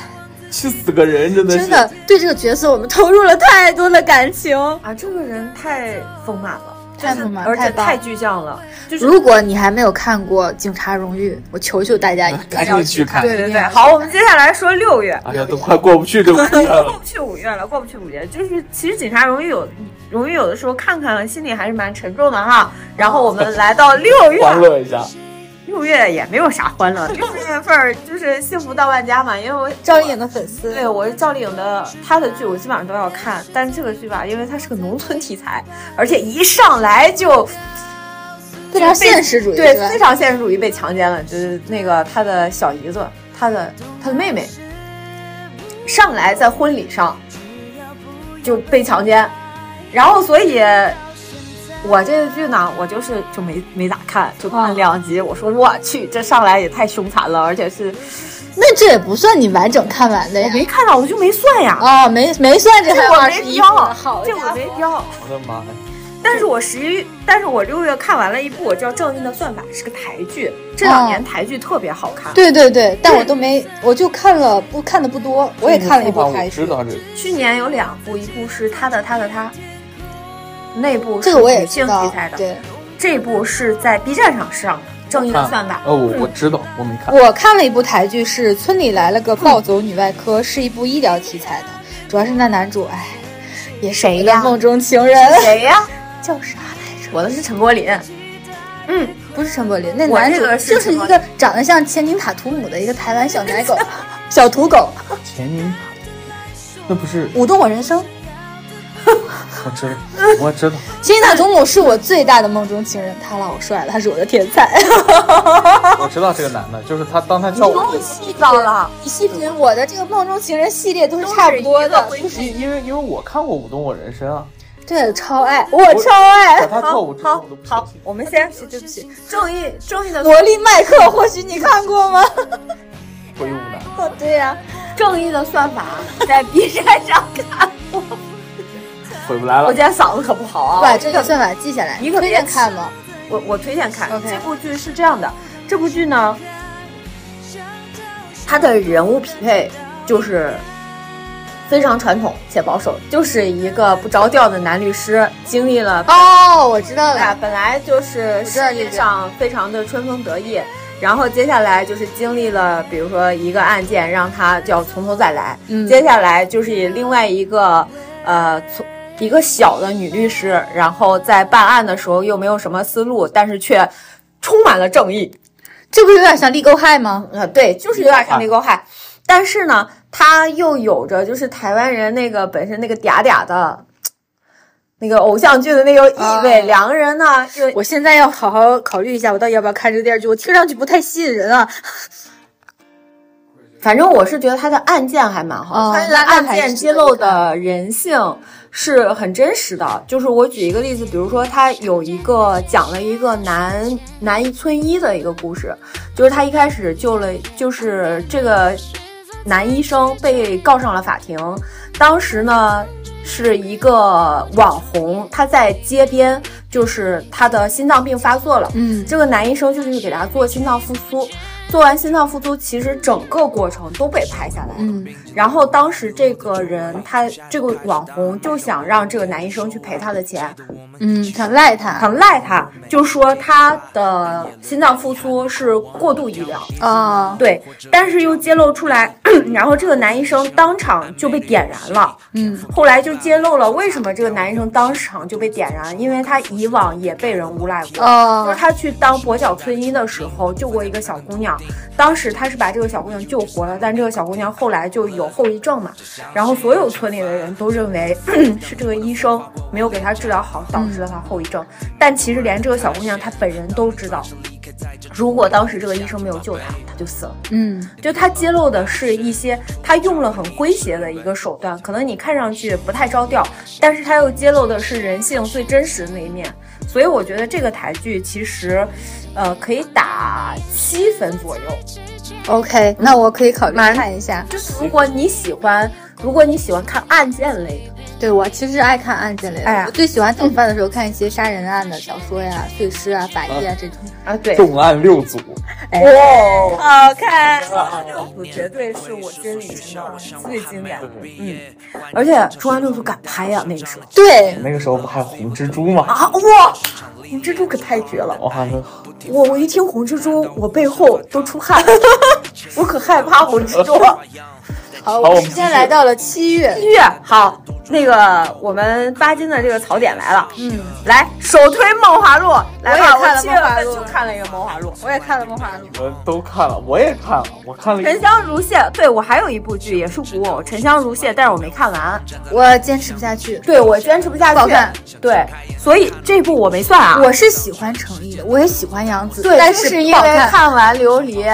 气死个人，真的是真的对这个角色我们投入了太多的感情。啊，这个人太丰满了，太就是丰满而且太棒太具象了， <laughs> 就是如果你还没有看过《警察荣誉》，我求求大家一定啊赶要紧去看。对对对。好，我们接下来说六月，哎呀，都快过不去这个事儿 <laughs> 过了。不去五月了，过不去五月，就是其实警察荣誉有荣誉有的时候看看心里还是蛮沉重的哈。然后我们来到六月，欢乐一下，六月也没有啥欢乐，六月份儿就是幸福到万家嘛，因为我赵丽颖的粉丝，对，我是赵丽颖的，她的剧我基本上都要看，但这个剧吧，因为它是个农村题材，而且一上来就非常现实主义，对是吧非常现实主义被强奸了，就是那个她的小姨子，她的她的妹妹，上来在婚礼上就被强奸，然后所以。我这个剧呢，我就是就没没咋看，就哦看了两集。我说我去，这上来也太凶残了，而且是那这也不算你完整看完的呀我。没看到，我就没算呀。哦，没没算这这还有我二没十一标，好这家我伙没标。我的妈呀！但是我十一，但是我六月看完了一部叫《正义的算法》，是个台剧，这哦两年台剧特别好看。对对对，但我都没，我就看了不看的不多，我也看了一部我台知剧，道这个，去年有两部，一部是他的他的他，那部是这个我也女性知题道材。的，对，这部是在 B 站上上的《正义的算法》哦，我我知道，我没看。我看了一部台剧，是《村里来了个暴走女外科》，是一部医疗题材的，主要是那男主，哎，也是谁我的呀梦中情人谁呀？叫啥来着？我的是陈柏霖。嗯，不是陈柏霖，那我男这主个是就是陈一柏个长得像千金塔图姆的一个台湾小奶狗，啊 <laughs> 小土狗，前宁，那不是舞动我人生。我知道，我 <laughs> 知道。千金塔图姆是我最大的梦中情人，他老帅了，他是我的天才。 <laughs> 我知道这个男的，就是他，当他跳舞的时细到了。你细品我的这个梦中情人系列都是差不多的都是一就个，候，是因因为因为我看过《舞动我人生》啊，对，超爱，我超爱可。他跳舞之后好我都不相好信，。我们先对不起，正义正义的萝莉麦克，或许你看过吗？ <laughs> 回舞男，对呀、正义的算法在 B 站上看。回不来 <laughs> 我了今。天嗓子可不好啊！把这个算法记下来，一个推别荐看吗？我我推荐看 OK 这部剧是这样的，这部剧呢，它的人物匹配就是非常传统且保守，就是一个不着调的男律师，经历了哦，我知道啊，了，本来就是事业上非常的春风得意，然后接下来就是经历了，比如说一个案件，让他就要从头再来。嗯接下来就是另外一个，呃，从一个小的女律师，然后在办案的时候又没有什么思路，但是却充满了正义。这不是有点像《Legal High》吗？呃，对，就是有点像雷沟海，但是呢，他又有着就是台湾人那个本身那个嗲嗲的。那个偶像剧的那个意味，啊两个人呢又我现在要好好考虑一下，我到底要不要看这个电视剧？我听上去不太吸引人啊。反正我是觉得他的案件还蛮好哦的，他的那案还件是揭露的人性是很真实的。就是我举一个例子，比如说他有一个讲了一个南南一村医的一个故事，就是他一开始救了，就是这个男医生被告上了法庭，当时呢是一个网红，他在街边，就是他的心脏病发作了，嗯，这个男医生就是给他做心脏复苏，做完心脏复苏，其实整个过程都被拍下来了。嗯然后当时这个人他这个网红就想让这个男医生去赔他的钱，嗯，想赖他很赖他，就说他的心脏复苏是过度医疗，哦，对，但是又揭露出来， <clears throat> 然后这个男医生当场就被点燃了。嗯后来就揭露了为什么这个男医生当场就被点燃，因为他以往也被人诬赖过。就是哦，他去当跛脚村医的时候救过一个小姑娘，当时他是把这个小姑娘救活了，但这个小姑娘后来就有后遗症嘛，然后所有村里的人都认为 <clears throat> 是这个医生没有给她治疗好导致了她后遗症，但其实连这个小姑娘她本人都知道，如果当时这个医生没有救她，她就死了。嗯就他揭露的是一些他用了很诙谐的一个手段，可能你看上去不太着调，但是他又揭露的是人性最真实的那一面。所以我觉得这个台剧其实，呃，可以打七分左右。 ，OK，那我可以考虑看一下。就是如果你喜欢，如果你喜欢看案件类的，对我其实爱看案件类的，哎呀我最喜欢早饭的时候看一些杀人案的小说呀、碎尸啊、法医啊这种。啊，对，重案六组，哦，好看，六组绝对是我这里面的最经典的，嗯，而且中央六组敢拍呀、那个时候对，那个时候不还有红蜘蛛 <laughs> 吗？啊，哇，红蜘蛛可太绝了。哇，那我我一听红蜘蛛，我背后都出汗， <laughs> 我可害怕红蜘蛛。 <laughs> 好，好我我们们现在来到了七月，音乐好，那个我们巴金的这个槽点来了，嗯，来首推《梦华录》，来吧，我也看了我七月份梦华录就看了一个《梦华录》，我也看了《梦华录》，我都看了，我也看了，我看了一《沉香如屑》。对我还有一部剧也是古偶，《沉香如屑》，但是我没看完，我坚持不下去。对我坚持不下不好去看。对，所以这部我没算啊。我是喜欢程毅的，我也喜欢杨紫，对，但就是因不为好看。看完《琉璃》，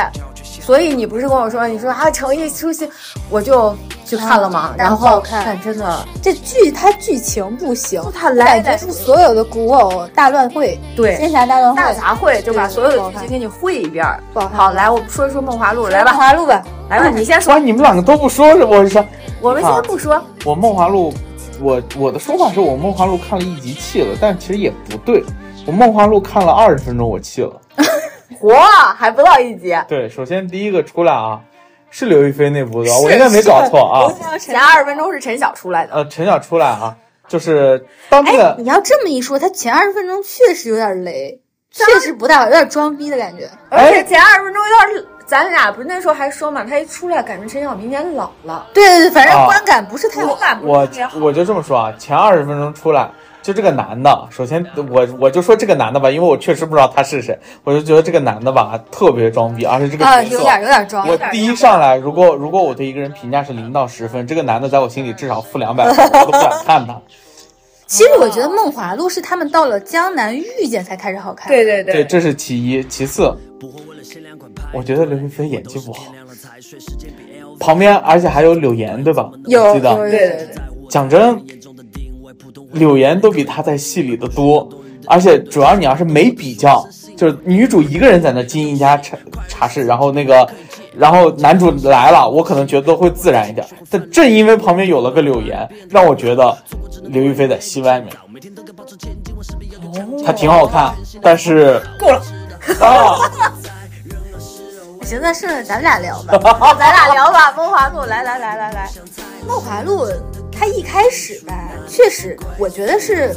所以你不是跟我说，你说啊，诚意出现，我就去看了嘛。嗯啊然但不好后看但真的，这剧它剧情不行，它来感来觉是所有的古偶大乱会，对仙侠大乱大会，杂烩就把所有不好的剧看情给你汇一遍儿。不好看好，来，我们说一说《梦华录》，梦来吧，华录吧。 <laughs> 来吧，你先说，哇，你们两个都不说，我是我们先不说，我《梦华录》我我的说法是我《梦华录》看了一集弃了，但其实也不对，我《梦华录》看了二十分钟我弃了。活还不到一集，对，首先第一个出来啊，是刘亦菲那部的，我应该没搞错啊。前二十分钟是陈晓出来的。呃，陈晓出来啊，就是当那个哎 <laughs> 你要这么一说，他前二十分钟确实有点雷，确实不太好，有点装逼的感觉。而且前二十分钟有点，咱俩不是那时候还说嘛，他一出来感觉陈晓明年老了，对对对，反正啊观感不是太好口。感不我是特别好。我就这么说啊，前二十分钟出来，就这个男的，首先我我就说这个男的吧，因为我确实不知道他是谁，我就觉得这个男的吧特别装逼，而且这个啊，角色有点有点装，我第一上来，如果如果我对一个人评价是零到十分，这个男的在我心里至少负两百分，我都不想 <laughs> 看他。其实我觉得《梦华录》是他们到了江南遇见才开始好看。对对对，这是其一，其次，我觉得刘亦菲演技不好，旁边而且还有柳岩，对吧？有，我有记有有得，对对对有讲真，柳岩都比她在戏里的多，而且主要你要是没比较，就是女主一个人在那经营一家茶茶室，然后那个。然后男主来了，我可能觉得会自然一点，但正因为旁边有了个柳岩，让我觉得刘亦菲在戏外面，她挺好看，但是够了，啊， <laughs> 行，那剩下咱俩聊吧。咱俩聊吧，《梦华录》来来来来来， 《梦华录》它一开始吧，确实我觉得是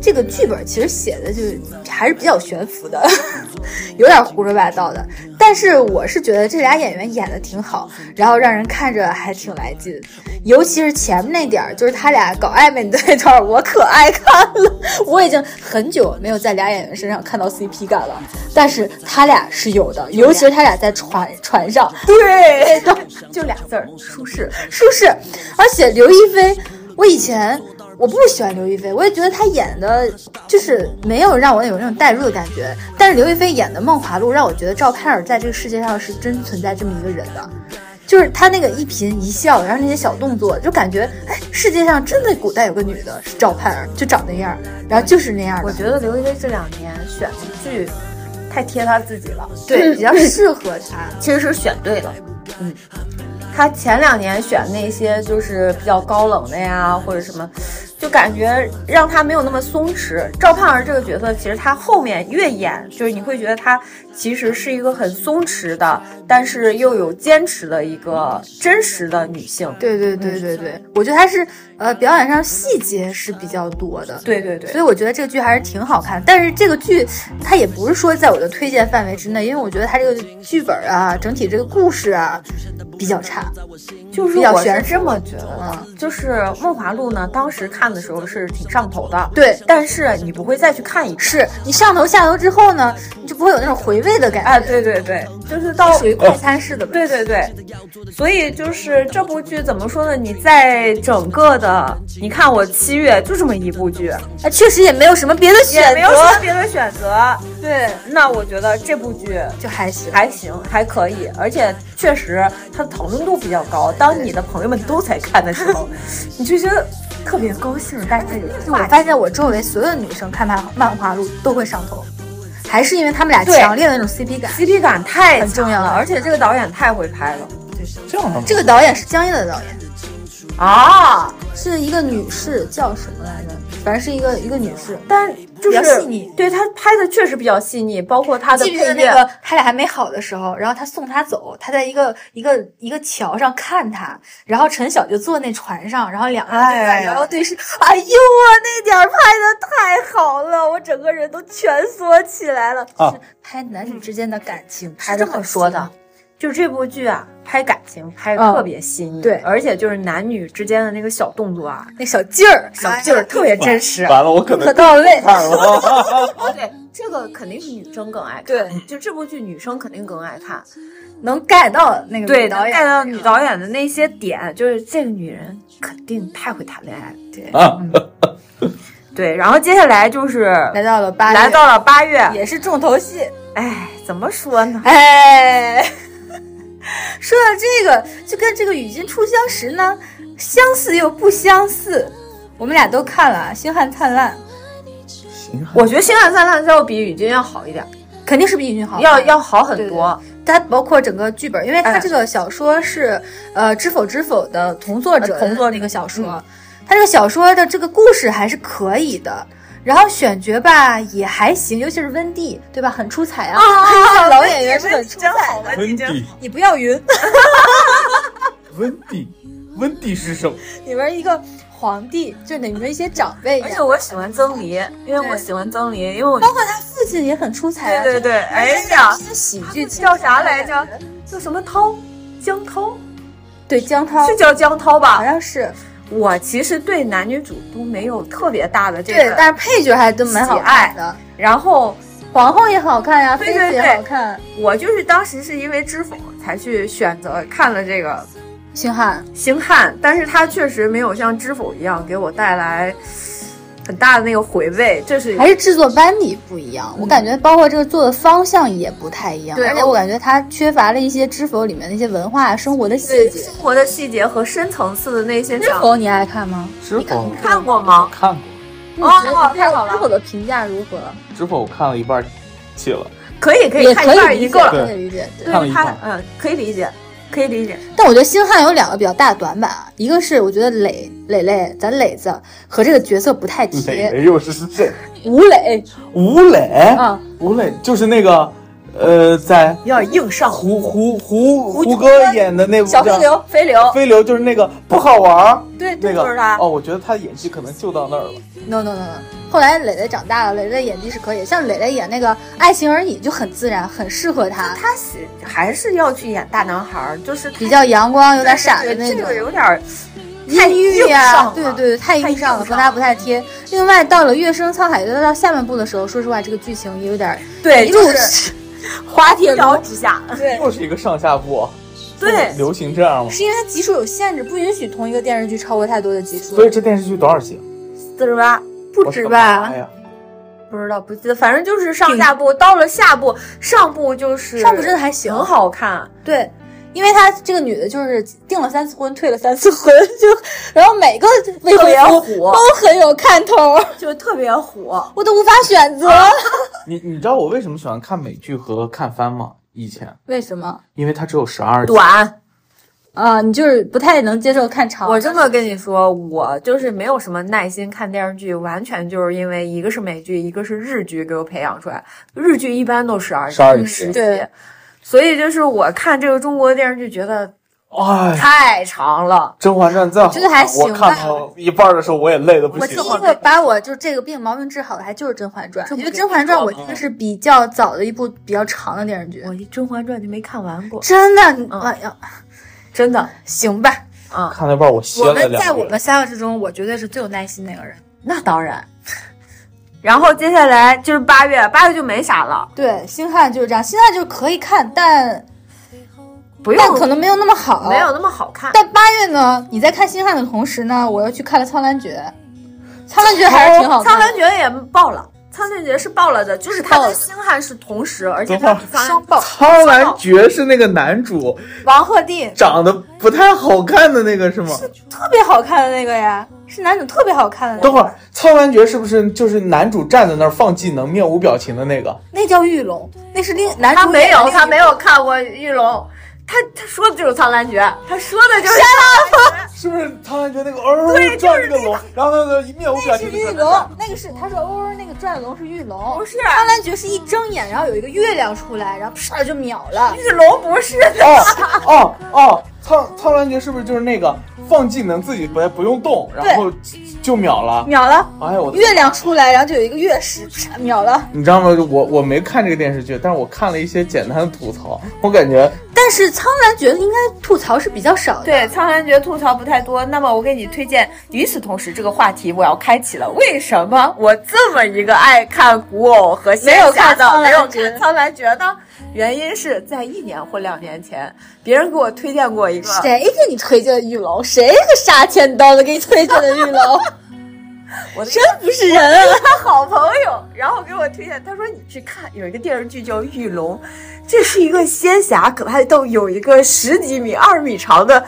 这个剧本其实写的就还是比较悬浮的， <laughs> 有点胡说八道的。但是我是觉得这俩演员演的挺好，然后让人看着还挺来劲，尤其是前面那点儿，就是他俩搞暧昧的那段儿，我可爱看了。我已经很久没有在俩演员身上看到 CP 感了，但是他俩是有的，尤其是他俩在船船上， <laughs> 对，就俩字儿，舒适，舒适。而且刘亦菲，我以前我不喜欢刘亦菲，我也觉得她演的就是没有让我有那种代入的感觉。但是刘亦菲演的《梦华录》让我觉得赵盼儿在这个世界上是真存在这么一个人的。就是她那个一颦一笑，然后那些小动作，就感觉哎，世界上真的古代有个女的是赵盼儿，就长那样儿，然后就是那样儿的我，觉得刘亦菲这两年选的剧太贴她自己了，对， <laughs> 比较适合她。其实是选对了。嗯，她前两年选那些就是比较高冷的呀，或者什么，就感觉让她没有那么松弛。赵盼儿这个角色，其实她后面越演，就是你会觉得她其实是一个很松弛的，但是又有坚持的一个真实的女性。对对对对对，我觉得她是呃表演上细节是比较多的，对对对所以，我觉得这个剧还是挺好看，但是这个剧它也不是说在我的推荐范围之内，因为我觉得它这个剧本啊，整体这个故事啊比较差。就是比较我是悬这么觉得的，嗯就是《梦华录》呢，当时看的时候是挺上头的，对但是你不会再去看一 <laughs> 遍。是你上头下头之后呢，你就不会有那种回味的感觉，啊，对对对，就是到属于快餐式的吧。对对对，所以就是这部剧怎么说呢？你在整个的，你看我七月就这么一部剧，哎，确实也没有什么别的选也择，没有什么别的选择。对，那我觉得这部剧就还行。还行，还可以，而且确实它的讨论度比较高。当你的朋友们都在看的时候， <laughs> 你就觉得特别高兴，大家有就我话题。发现我周围所有女生看漫漫画录都会上头，还是因为他们俩对强烈的那种 CP 感。 CP 感太很重强要了，了而且这个导演太会拍了这样的吗这个导演是江一的导演，啊！是一个女士，叫什么来着？反正是一个一个女士。但就比较是细腻对他拍的确实比较细腻，包括他的记配不记得乐，那个他俩还没好的时候，然后他送她走，他在一个一个一个桥上看她，然后陈晓就坐那船上，然后两个人就在哎遥遥对视。哎呦啊，那点儿拍的太好了，我整个人都蜷缩起来了。啊是拍男女之间的感情，嗯是拍这的么说的，就这部剧啊，拍感情拍的嗯特别细腻，对而且就是男女之间的那个小动作啊，那小劲儿，小劲儿特别真实。 <laughs> 完了，我可 <laughs> 可能到位。看了。哦对，这个肯定是女生更爱看，对，就这部剧女生肯定更爱看，能 get 到那个对，女导演，能 get 到女导演的那些点，就是这个女人肯定太会谈恋爱了，对，啊，对，然后接下来就是来到了八月，来到了八月，也是重头戏。哎，怎么说呢？哎， <laughs> 说到这个，就跟这个《与君初相识》呢，相似又不相似。我们俩都看了啊，《星汉灿烂我觉得《星汉灿烂》要比《雨君》要好一点，》，肯定是比《与君》好看，要要好很对多。它包括整个剧本，因为它哎这个小说是、呃《知否知否》的同作者同作者嗯那个小说，它这个小说的这个故事还是可以的。然后选角吧也还行，尤其是温蒂，对吧？很出彩啊，<laughs> 啊老演员是很出真彩好，的。温蒂温真蒂，你不要云，温蒂，温蒂是什么？里面一个皇帝，就里面一些长辈演而且我喜欢曾黎，因为对我喜欢曾黎，因为我包括他父亲也很出彩啊。对对对，哎这呀一，些喜剧情叫啥节来着？叫什么涛？江涛对，江涛是叫江涛好吧？像是我其实对男女主都没有特别大的这对，个，但是配角还都蛮好看的，然后皇后也很好看呀，妃对子对也对好看，我就是当时是因为知否才去选择看了这个星汉星汉，但是它确实没有像知否一样给我带来很大的那个回味，这是还是制作班底不一样，我感觉包括这个做的方向也不太一样，嗯对而且我感觉它缺乏了一些《知否》里面的一些文化啊生活的细对节生。活的细节和深层次的那些知想否你爱看吗？知否看过吗？看过，哦，太好知了，否的评价如何？知否看了一半儿弃了，可以可以也看一半可儿以理已经解，够了。可以理解。对对看了一半他，嗯，可以理解，可以理解。但我觉得星汉有两个比较大的短板啊，一个是我觉得磊磊磊，咱磊子和这个角色不太磊贴，磊又是谁？吴磊吴磊啊，吴磊就是那个，呃，在有点硬上胡胡胡胡歌演的那部小叫飞流，飞流，飞流就是那个不好玩儿，对，那就个是他。哦，我觉得他的演技可能就到那儿了。 ，no no no no。后来磊磊长大了，磊磊演技是可以，像磊磊演那个《爱情而已》就很自然，很适合他，他喜还是要去演大男孩儿，就是他比较阳光，有有点傻的那这种个，有点儿太阴郁硬上呀了，对对，对，太硬太硬上了，上和了他不太贴。另外，到了《月升沧海》到下半部的时候，说实话，这个剧情也有点对，一就路是滑铁卢嗯卢之 <laughs> 下，对。又是一个上下部，对，流行这样吗？是因为它集数有限制，不允许同一个电视剧超过太多的集数。所以这电视剧多少集？四十八不止我的吧妈？呀，不知道，不记得，反正就是上下部。到了下部，上部就是上部真的还行很好看。对，因为她这个女的就是订了三次婚，退了三次婚，就然后每个未特婚别夫火都，很有看头，就特别火。我都无法选择。你你知道我为什么喜欢看美剧和看番吗？以前为什么因为它只有十二集，短，啊？你就是不太能接受看长的？我真的跟你说，我就是没有什么耐心看电视剧，完全就是因为一个是美剧，一个是日剧给我培养出来。日剧一般都十二12集十对集，所以就是我看这个中国电视剧觉得哎，《太长了。甄嬛传》再好我觉得还看，行我看到一半的时候我也累得不我第这行一么个了。把我就这个病毛病治好的还就是《甄嬛传》，这因么为《给甄你嬛传》说我吗啊觉得是比较早的一部比较长的电视剧我。《甄嬛传》就没看完过，真的，嗯哎呀，真的。行吧。嗯，看到一半我歇我了两们个在我月。们三个之中，我绝对是最有耐心那个人。那当然。然后接下来就是八月，八月就没啥了，对，星汉就是这样，星汉就是可以看，但不用但可能哦没有那么好，没有那么好看。但八月呢，你在看星汉的同时呢，我又去看了《苍兰诀》，《苍兰诀》还是挺好苍看兰的。诀也爆了，苍兰诀是爆了的，就是它爆了跟星汉是同时，而且它比苍双兰爆，苍兰诀是那个男主王鹤棣长得不太好看的那个是吗？特别好看的那个呀，是男主特别好看的那等个，会儿，苍兰诀是不是就是男主站在那儿放技能面无表情的那个？那叫玉龙，那是另男主他没演有的他没另一有看过玉龙，他他说的就是苍兰诀，他说的就是是不是苍兰诀那个哦转那个龙，然后他就面无表那情是地玉在那龙转？，那个是他说哦哦，那个转龙是玉龙，不是苍兰诀是一睁眼，然后有一个月亮出来，然后啪就秒了。玉龙不是的，哦哦哦，苍苍兰诀是不是就是那个放技能自己不不用动，然后就秒了？秒了，哎呦我的，月亮出来，然后就有一个月食，啪秒了。你知道吗？我我没看这个电视剧，但是我看了一些简单的吐槽，我感觉但是苍兰诀应该吐槽是比较少的，对苍兰诀吐槽不太多。那么我给你推荐，与此同时这个话题我要开启了，为什么我这么一个爱看古偶和仙没有侠看的苍没兰有诀看苍兰诀呢？原因是在一年或两年前，别人给我推荐过一个谁给你推荐的玉龙？谁这个杀千刀的给你推荐的玉龙？我的一个真不是人啊！好朋友，然后给我推荐，他说你去看有一个电视剧叫《玉龙》，这是一个仙侠，可爱到有一个十几米、二米长的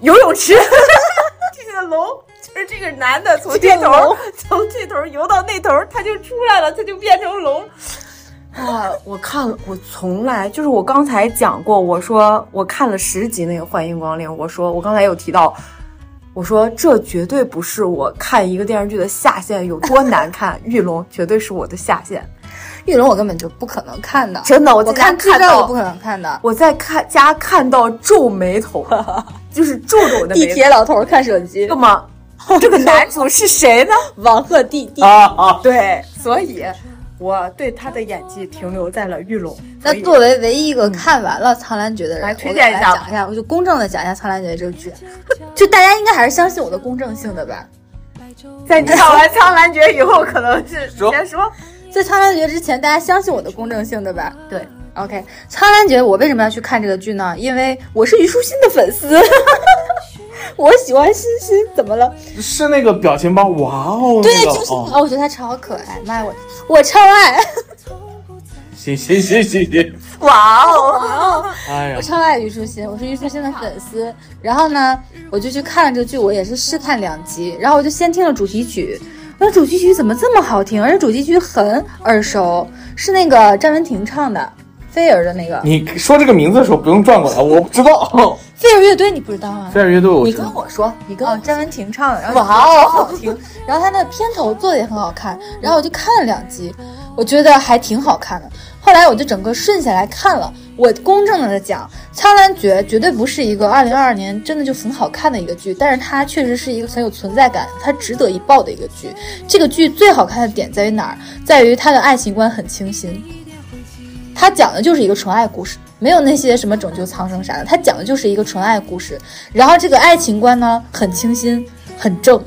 游泳池， <laughs> 这个龙就是这个男的从这这个头龙从这头游到那头，他就出来了，他就变成龙。啊！我看了，我从来就是我刚才讲过，我说我看了十集那个《幻影光临》，我说我刚才有提到，我说这绝对不是我看一个电视剧的下限有多难看，玉龙绝对是我的下限。 <laughs> 玉龙我根本就不可能看的，真的我我在家看剧看照到我不可能看的。我在看家看到皱眉 <laughs> 头，就是皱着我的地眉头。铁老头看手机那，么 <laughs> 这个男主是谁呢？王鹤棣弟，啊啊！对，所以我对他的演技停留在了玉龙。那所以作为唯一一个看完了《苍兰诀》的人，来我给推荐大家一下吧讲一下，我就公正的讲一下《苍兰诀》这个剧，就大家应该还是相信我的公正性的吧。在你看完《苍兰诀》以后，可能是说先说在《苍兰诀》之前，大家相信我的公正性对吧对。 ？OK，《苍兰诀》我为什么要去看这个剧呢？因为我是虞书欣的粉丝， <laughs> 我喜欢欣欣，怎么了？是那个表情包，哇哦，对，那个就是哦哦，我觉得她超可爱，妈呀，我我超爱，行行行行行，哇哦，哎呀我，超爱虞书欣，我是虞书欣的粉丝。然后呢，我就去看了这个剧，我也是试看两集，然后我就先听了主题曲。那主题曲怎么这么好听？而且主题曲很耳熟，是那个詹雯婷唱的，飞儿的那个你说这个名字的时候不用转过来，我不知道。飞儿乐队，你不知道啊吗？飞儿乐队，我哦你知道跟我说，你跟我詹雯婷唱的，然哇哦，好听。然后他那片头做的也很好看，然后我就看了两集，我觉得还挺好看的。后来我就整个顺下来看了。我公正的讲，《苍兰诀》绝对不是一个2022年真的就很好看的一个剧，但是它确实是一个很有存在感，它值得一爆的一个剧。这个剧最好看的点在于哪儿？在于它的爱情观很清新。它讲的就是一个纯爱故事，没有那些什么拯救苍生啥的，它讲的就是一个纯爱故事。然后这个爱情观呢，很清新，很正，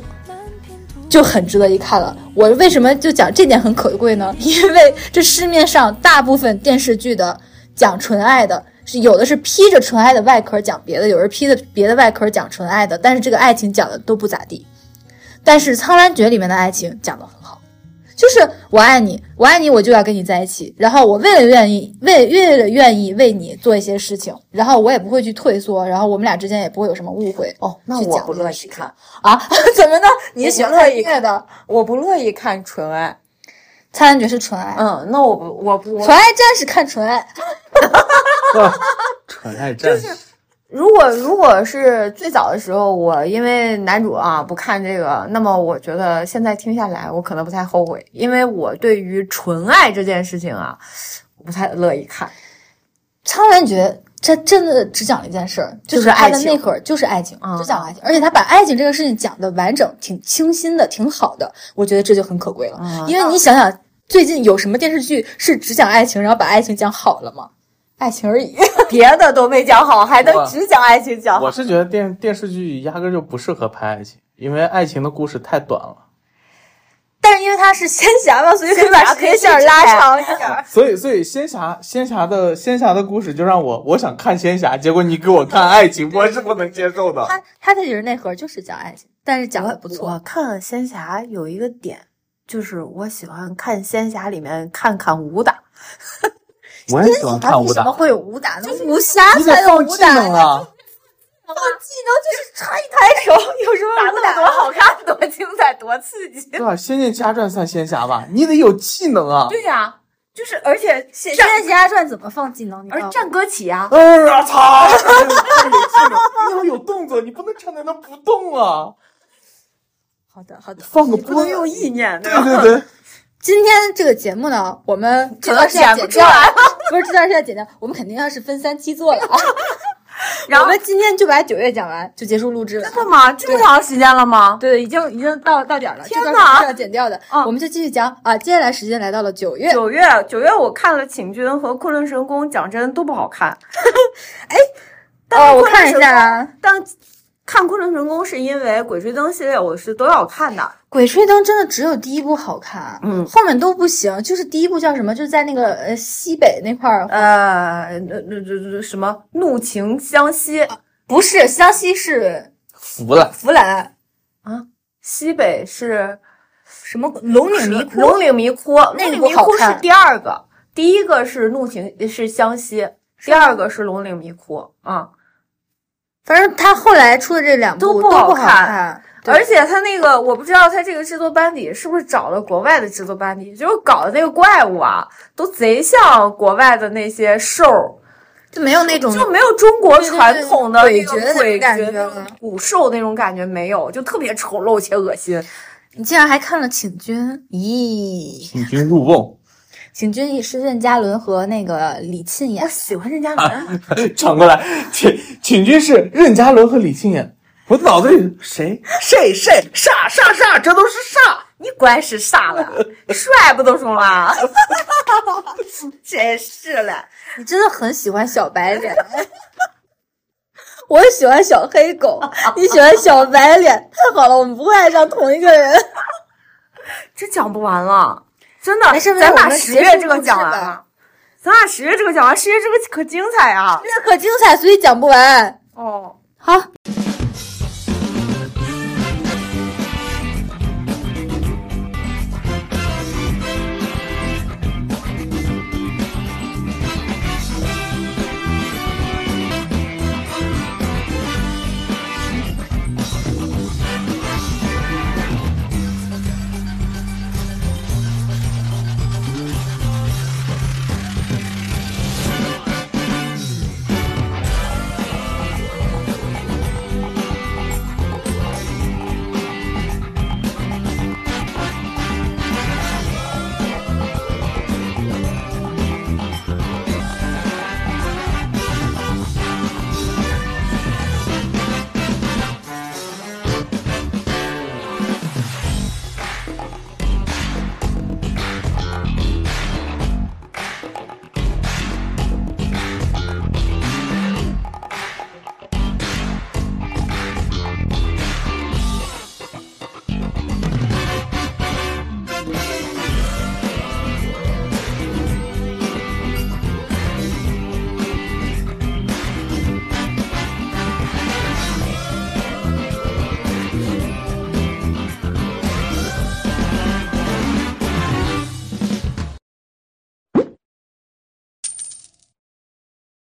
就很值得一看了。我为什么就讲这点很可贵呢？ <laughs> 因为这市面上大部分电视剧的讲纯爱的，是有的是披着纯爱的外壳讲别的，有人披着别的外壳讲纯爱的，但是这个爱情讲的都不咋地。但是《苍兰诀》里面的爱情讲的很好，就是我爱你，我爱你，我就要跟你在一起。然后我为了愿意，为为了愿意为你做一些事情，然后我也不会去退缩，然后我们俩之间也不会有什么误会。哦，那去我讲不这个乐事意情看， <laughs> 啊？怎么呢？你我是喜欢不乐看意音乐的？我不乐意看纯爱。 《苍兰诀》是纯爱，嗯，那我不，我不，我纯爱战士看纯爱， <laughs> 哇纯爱战士，如果如果是最早的时候，我因为男主啊不看这个，那么我觉得现在听下来，我可能不太后悔，因为我对于纯爱这件事情啊，我不太乐意 <laughs> 看。 《苍兰诀》这真的只讲了一件事儿，就是是它的爱情内核就是爱情，嗯只讲了爱情，而且他把爱情这个事情讲的完整、挺清新的、挺好的，我觉得这就很可贵了。嗯因为你想想，最近有什么电视剧是只讲爱情，然后把爱情讲好了吗？爱情而已， <laughs> 别的都没讲好，还能我只讲爱情讲好我是觉得电电视剧压根儿就不适合拍爱情，因为爱情的故事太短了。但是因为它是仙侠嘛，所以可以把把时间时间线拉拉长。长一点儿。所以，所以仙侠仙侠的仙侠的故事就让我我想看仙侠，结果你给我看爱情，我是不能接受的。它它的其实内核就是讲爱情，但是 <laughs> 讲的不错。我看仙侠有一个点，就是我喜欢看仙侠里面看看武打，我也喜欢看为武什么打，会有武打呢？武侠你才得有放武技打能啊！他一抬手有什打么得多好看，多精彩，多刺激。对吧？《仙剑奇侠传》算仙侠吧？你得有技能啊！ <laughs> 对呀、就是而且《仙剑奇侠传》怎么放技能？你啊告而诉我战歌啊起呀、哎呀操！你要有动作，你不能站在那不动啊！好的好的。放个不波能用意念，对对对对，今天这个节目呢，我们这段是要剪剪不出掉来，不是这段是要剪掉，我们肯定要是分三期做了啊。 <laughs> 然我后们今天就把九月讲完，就结束录制了。干嘛这么长时间了吗？对，已经已经到到点儿了，天这哪段是要剪掉的。嗯我们就继续讲啊，接下来时间来到了九月。九月九月，我看了《请君》和《昆仑神宫》，讲真都不好看。哦，我看了一下啊，《但看《昆仑神宫》是因为《鬼吹灯》系列我是都要看的，鬼吹灯》真的只有第一部好看，嗯后面都不行。就是第一部叫什么？就是在那个呃西北那块儿，呃，那那这这什么怒晴湘西，不是湘西是服了。弗兰，西北是什么龙岭迷窟？龙岭迷窟，那个龙岭不迷好窟是看第二个，第一个是怒晴是湘西，第二个是龙岭迷窟啊。反正他后来出的这两部都不不好好看对而且他那个，我不知道他这个制作班底是不是找了国外的制作班底，就是搞的那个怪物啊，都贼像国外的那些兽儿，就没有那种就没有中国传统的对那对种对诡诡谲的那种感觉啊谲了骨兽那种感觉没有，就特别丑陋且恶 <laughs> 心。你竟然还看了《请君》？咦，请君入瓮， 《请君》也是任嘉伦和那个李沁演我的。喜欢任嘉伦啊，转过来，请请君是任嘉伦和李沁演。我脑子里谁谁谁啥啥啥，这都是啥？你管是 <laughs> 啥了？ <laughs> 帅不都中了？真是嘞！你真的很喜欢小白脸。 <laughs> 我喜欢小黑狗，你喜欢小白脸，太好了，我们不会爱上同一个人。这讲不完了，真的。没事没事咱哎我把们十结月束这个故事讲完吧了，咱把十月这个讲完，十月这个可精彩啊！这可精彩，所以讲不完。哦。好，